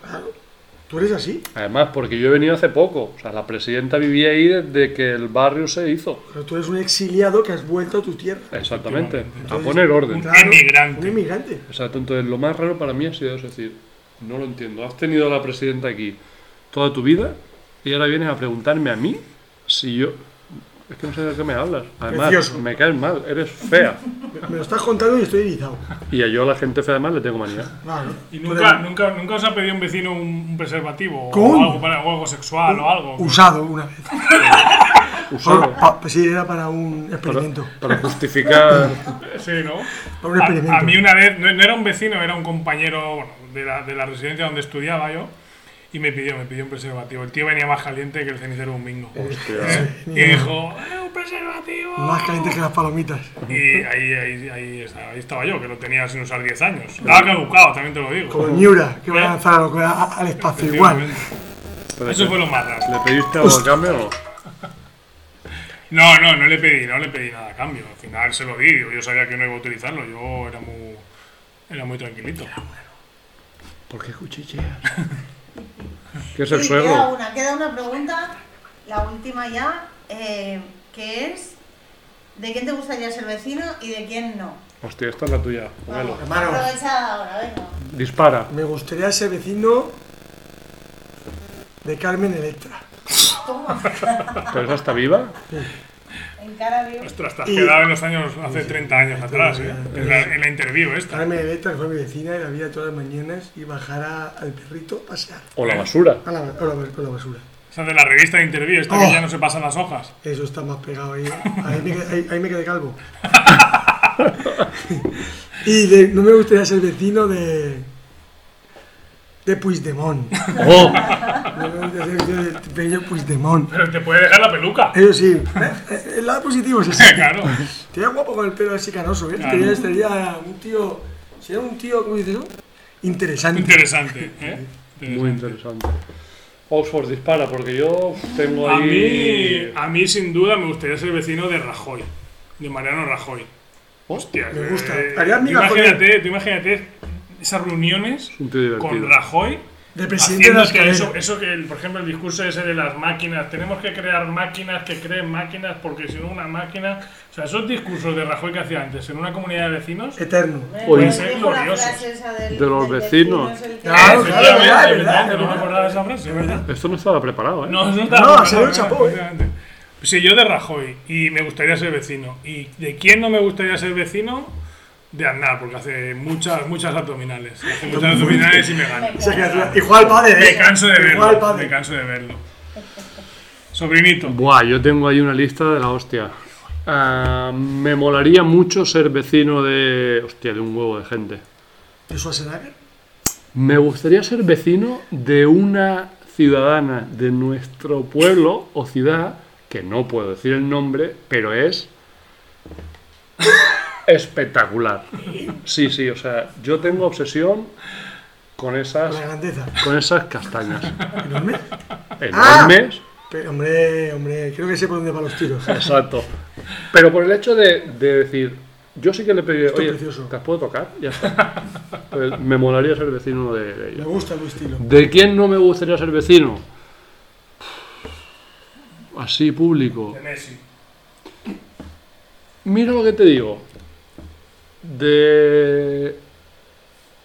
[SPEAKER 3] Tú eres así.
[SPEAKER 4] Además, porque yo he venido hace poco. O sea, la presidenta vivía ahí desde que el barrio se hizo.
[SPEAKER 3] Pero tú eres un exiliado que has vuelto a tu tierra.
[SPEAKER 4] Exactamente. A
[SPEAKER 3] Entonces,
[SPEAKER 4] poner orden.
[SPEAKER 3] claro,
[SPEAKER 2] Emigrante.
[SPEAKER 3] Un emigrante.
[SPEAKER 4] Exacto. Entonces, lo más raro para mí ha sido eso, es decir, no lo entiendo. Has tenido a la presidenta aquí toda tu vida y ahora vienes a preguntarme a mí si yo... Es que no sé de qué me hablas. Además,
[SPEAKER 3] Precioso.
[SPEAKER 4] me caes mal. Eres fea.
[SPEAKER 3] Me- Me lo estás contando y estoy erizado.
[SPEAKER 4] Y a yo a la gente fea además le tengo manía.
[SPEAKER 3] Claro.
[SPEAKER 2] Y
[SPEAKER 3] Tú
[SPEAKER 2] nunca,
[SPEAKER 3] eres
[SPEAKER 2] nunca, nunca os ha pedido un vecino un, un preservativo o
[SPEAKER 3] Coño.
[SPEAKER 2] algo, para, o algo sexual o algo.
[SPEAKER 3] Usado una vez.
[SPEAKER 4] Usado.
[SPEAKER 3] Pa- pa- sí, era para un
[SPEAKER 4] Para,
[SPEAKER 3] experimento.
[SPEAKER 4] para justificar...
[SPEAKER 2] Sí, ¿no?
[SPEAKER 3] Para un experimento.
[SPEAKER 2] A, a mí una vez, no, no era un vecino, era un compañero bueno, de, la, de la residencia donde estudiaba yo y me pidió, me pidió un preservativo. El tío venía más caliente que el cenicero de un bingo.
[SPEAKER 4] Hostia.
[SPEAKER 2] Y dijo, ¡Eh, un preservativo!
[SPEAKER 3] Eh, Más caliente que las palomitas.
[SPEAKER 2] Y ahí, ahí, ahí, estaba, ahí estaba yo, que lo tenía sin usar 10 años. Estaba caducado, también te lo
[SPEAKER 3] Como
[SPEAKER 2] digo.
[SPEAKER 3] el Miura, que va
[SPEAKER 2] ¿Eh?
[SPEAKER 3] a lanzar a lo que va a- al espacio igual.
[SPEAKER 4] Pero
[SPEAKER 2] Eso
[SPEAKER 4] que-
[SPEAKER 2] fue lo más raro.
[SPEAKER 4] ¿Le pediste algo a cambio o no?
[SPEAKER 2] No, no, no le pedí, no le pedí nada a cambio. Al final se lo di, yo sabía que no iba a utilizarlo, yo era muy, era muy tranquilito.
[SPEAKER 4] ¿Por qué cuchicheas? ¿Qué es
[SPEAKER 1] Y
[SPEAKER 4] el
[SPEAKER 1] Queda
[SPEAKER 4] suegro?
[SPEAKER 1] una, queda una pregunta, la última ya, eh, que es ¿de quién te gustaría ser vecino y de quién no?
[SPEAKER 4] Hostia, esta es la tuya. Póngalo.
[SPEAKER 3] hermano.
[SPEAKER 1] Aprovechada ahora, venga.
[SPEAKER 4] Dispara.
[SPEAKER 3] Me gustaría ser vecino de Carmen Electra.
[SPEAKER 1] Toma,
[SPEAKER 4] ¿Pero esa está viva?
[SPEAKER 1] en cara viva.
[SPEAKER 2] Ostras, te has
[SPEAKER 3] Y-
[SPEAKER 2] quedado en los años hace 30 años atrás, ¿eh? En la, en la interview esta.
[SPEAKER 3] Carmen Electra fue mi vecina y la veía todas las mañanas y bajara al perrito a pasear.
[SPEAKER 4] ¿O la basura?
[SPEAKER 3] A la, a la- a la basura.
[SPEAKER 2] Esa de la revista de interview, esta que
[SPEAKER 3] Oh.
[SPEAKER 2] ya no se pasan las hojas.
[SPEAKER 3] Eso está más pegado ahí. Ahí me, quedé- ahí- ahí me quedé calvo. y de- no me gustaría ser vecino de. de Puigdemont.
[SPEAKER 4] ¡Oh!
[SPEAKER 3] No me gustaría ser vecino de Pequeño Puigdemont.
[SPEAKER 2] Pero te puede dejar la peluca.
[SPEAKER 3] Eso sí, eh, el lado positivo es ese.
[SPEAKER 2] Claro.
[SPEAKER 3] Sería guapo con el pelo así canoso, ¿eh?
[SPEAKER 2] Claro.
[SPEAKER 3] Sería, sería un tío. Sería un tío, ¿cómo dices tú? Interesante.
[SPEAKER 2] Interesante, ¿eh?
[SPEAKER 4] Muy interesante. Oxford dispara, porque yo tengo
[SPEAKER 2] A mí,
[SPEAKER 4] ahí.
[SPEAKER 2] a mí, sin duda, me gustaría ser vecino de Rajoy, de Mariano Rajoy. Hostia,
[SPEAKER 3] me gusta.
[SPEAKER 2] eh,
[SPEAKER 3] Haría
[SPEAKER 2] tú
[SPEAKER 3] amigas con él.
[SPEAKER 2] imagínate, tú imagínate esas reuniones
[SPEAKER 4] un tío divertido.
[SPEAKER 2] con Rajoy.
[SPEAKER 3] De presidente de la
[SPEAKER 2] haciéndote eso,
[SPEAKER 3] escalera.
[SPEAKER 2] eso que, el- por ejemplo, el discurso ese de las máquinas, tenemos que crear máquinas que creen máquinas porque si no una máquina... O sea, esos discursos de Rajoy que hacía antes en una comunidad de vecinos...
[SPEAKER 3] Eterno.
[SPEAKER 4] Oye,
[SPEAKER 1] Dijo
[SPEAKER 2] ser
[SPEAKER 1] la
[SPEAKER 2] gloriosos.
[SPEAKER 1] frase esa del-
[SPEAKER 4] De los
[SPEAKER 1] del vecino
[SPEAKER 4] vecinos.
[SPEAKER 1] es el que-
[SPEAKER 3] Claro, claro,
[SPEAKER 2] Efectivamente,
[SPEAKER 3] verdad,
[SPEAKER 2] efectivamente,
[SPEAKER 3] verdad,
[SPEAKER 2] no me
[SPEAKER 3] verdad.
[SPEAKER 2] acordaba de esa frase, es ¿verdad?
[SPEAKER 4] Esto no estaba preparado, ¿eh?
[SPEAKER 2] No, no
[SPEAKER 3] No,
[SPEAKER 2] estaba
[SPEAKER 3] se lo
[SPEAKER 2] preparado,
[SPEAKER 3] chapó, eh.
[SPEAKER 2] efectivamente. Sí, yo de Rajoy y me gustaría ser vecino. ¿Y de quién no me gustaría ser vecino? De Aznar, porque hace muchas, muchas abdominales. Hace muchas abdominales y me gana.
[SPEAKER 3] O sea, que hacía- igual padre, ¿eh?
[SPEAKER 2] Me canso de
[SPEAKER 3] Igual
[SPEAKER 2] verlo. Me
[SPEAKER 3] padre.
[SPEAKER 2] canso de verlo. Sobrinito.
[SPEAKER 4] Buah, yo tengo ahí una lista de la hostia. Ah, me molaría mucho ser vecino de. Hostia, de un huevo de gente.
[SPEAKER 3] ¿De Schwarzenegger?
[SPEAKER 4] Me gustaría ser vecino de una ciudadana de nuestro pueblo o ciudad, que no puedo decir el nombre, pero es espectacular. Sí, sí, o sea, yo tengo obsesión con esas,
[SPEAKER 3] La grandeza.
[SPEAKER 4] con esas castañas
[SPEAKER 3] Enorme.
[SPEAKER 4] enormes.
[SPEAKER 3] Pero, hombre, hombre, creo que sé por dónde van los tiros. ¿eh?
[SPEAKER 4] Exacto. Pero por el hecho de, de decir, yo sí que le pedí, oye,
[SPEAKER 3] precioso.
[SPEAKER 4] ¿te las puedo tocar? Ya está. Pues me molaría ser vecino de, de ellos.
[SPEAKER 3] Me gusta tu estilo.
[SPEAKER 4] ¿De quién no me gustaría ser vecino? Así público.
[SPEAKER 2] De Messi.
[SPEAKER 4] Mira lo que te digo. De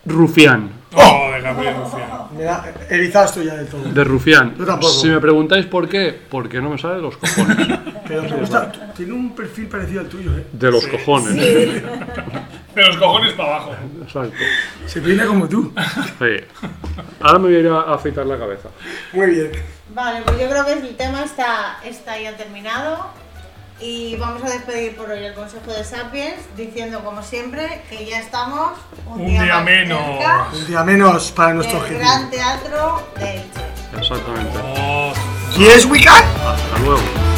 [SPEAKER 4] Rufián.
[SPEAKER 2] Oh, de Gabriel Luciano.
[SPEAKER 3] Me da erizado estoy ya del todo.
[SPEAKER 4] De Rufián.
[SPEAKER 3] Yo tampoco.
[SPEAKER 4] Si me preguntáis por qué, porque no me sale de los cojones.
[SPEAKER 3] Pero me gusta. Tiene un perfil parecido al tuyo, ¿eh?
[SPEAKER 4] De los
[SPEAKER 2] Sí.
[SPEAKER 4] cojones.
[SPEAKER 2] De los cojones para abajo.
[SPEAKER 4] Exacto.
[SPEAKER 3] Se peina como tú.
[SPEAKER 4] Sí. Ahora me voy a ir a afeitar la cabeza.
[SPEAKER 3] Muy bien.
[SPEAKER 1] Vale, pues yo creo que el tema está, está ya terminado. Y vamos a despedir por hoy el Consejo de Sapiens diciendo, como siempre, que ya estamos
[SPEAKER 2] Un día
[SPEAKER 1] más
[SPEAKER 2] menos.
[SPEAKER 1] cerca
[SPEAKER 3] Un día menos para
[SPEAKER 1] del
[SPEAKER 3] nuestro objetivo.
[SPEAKER 1] Gran Teatro de Elche.
[SPEAKER 4] Exactamente.
[SPEAKER 2] Oh,
[SPEAKER 3] ¿Quieres Wiccan?
[SPEAKER 4] Hasta luego.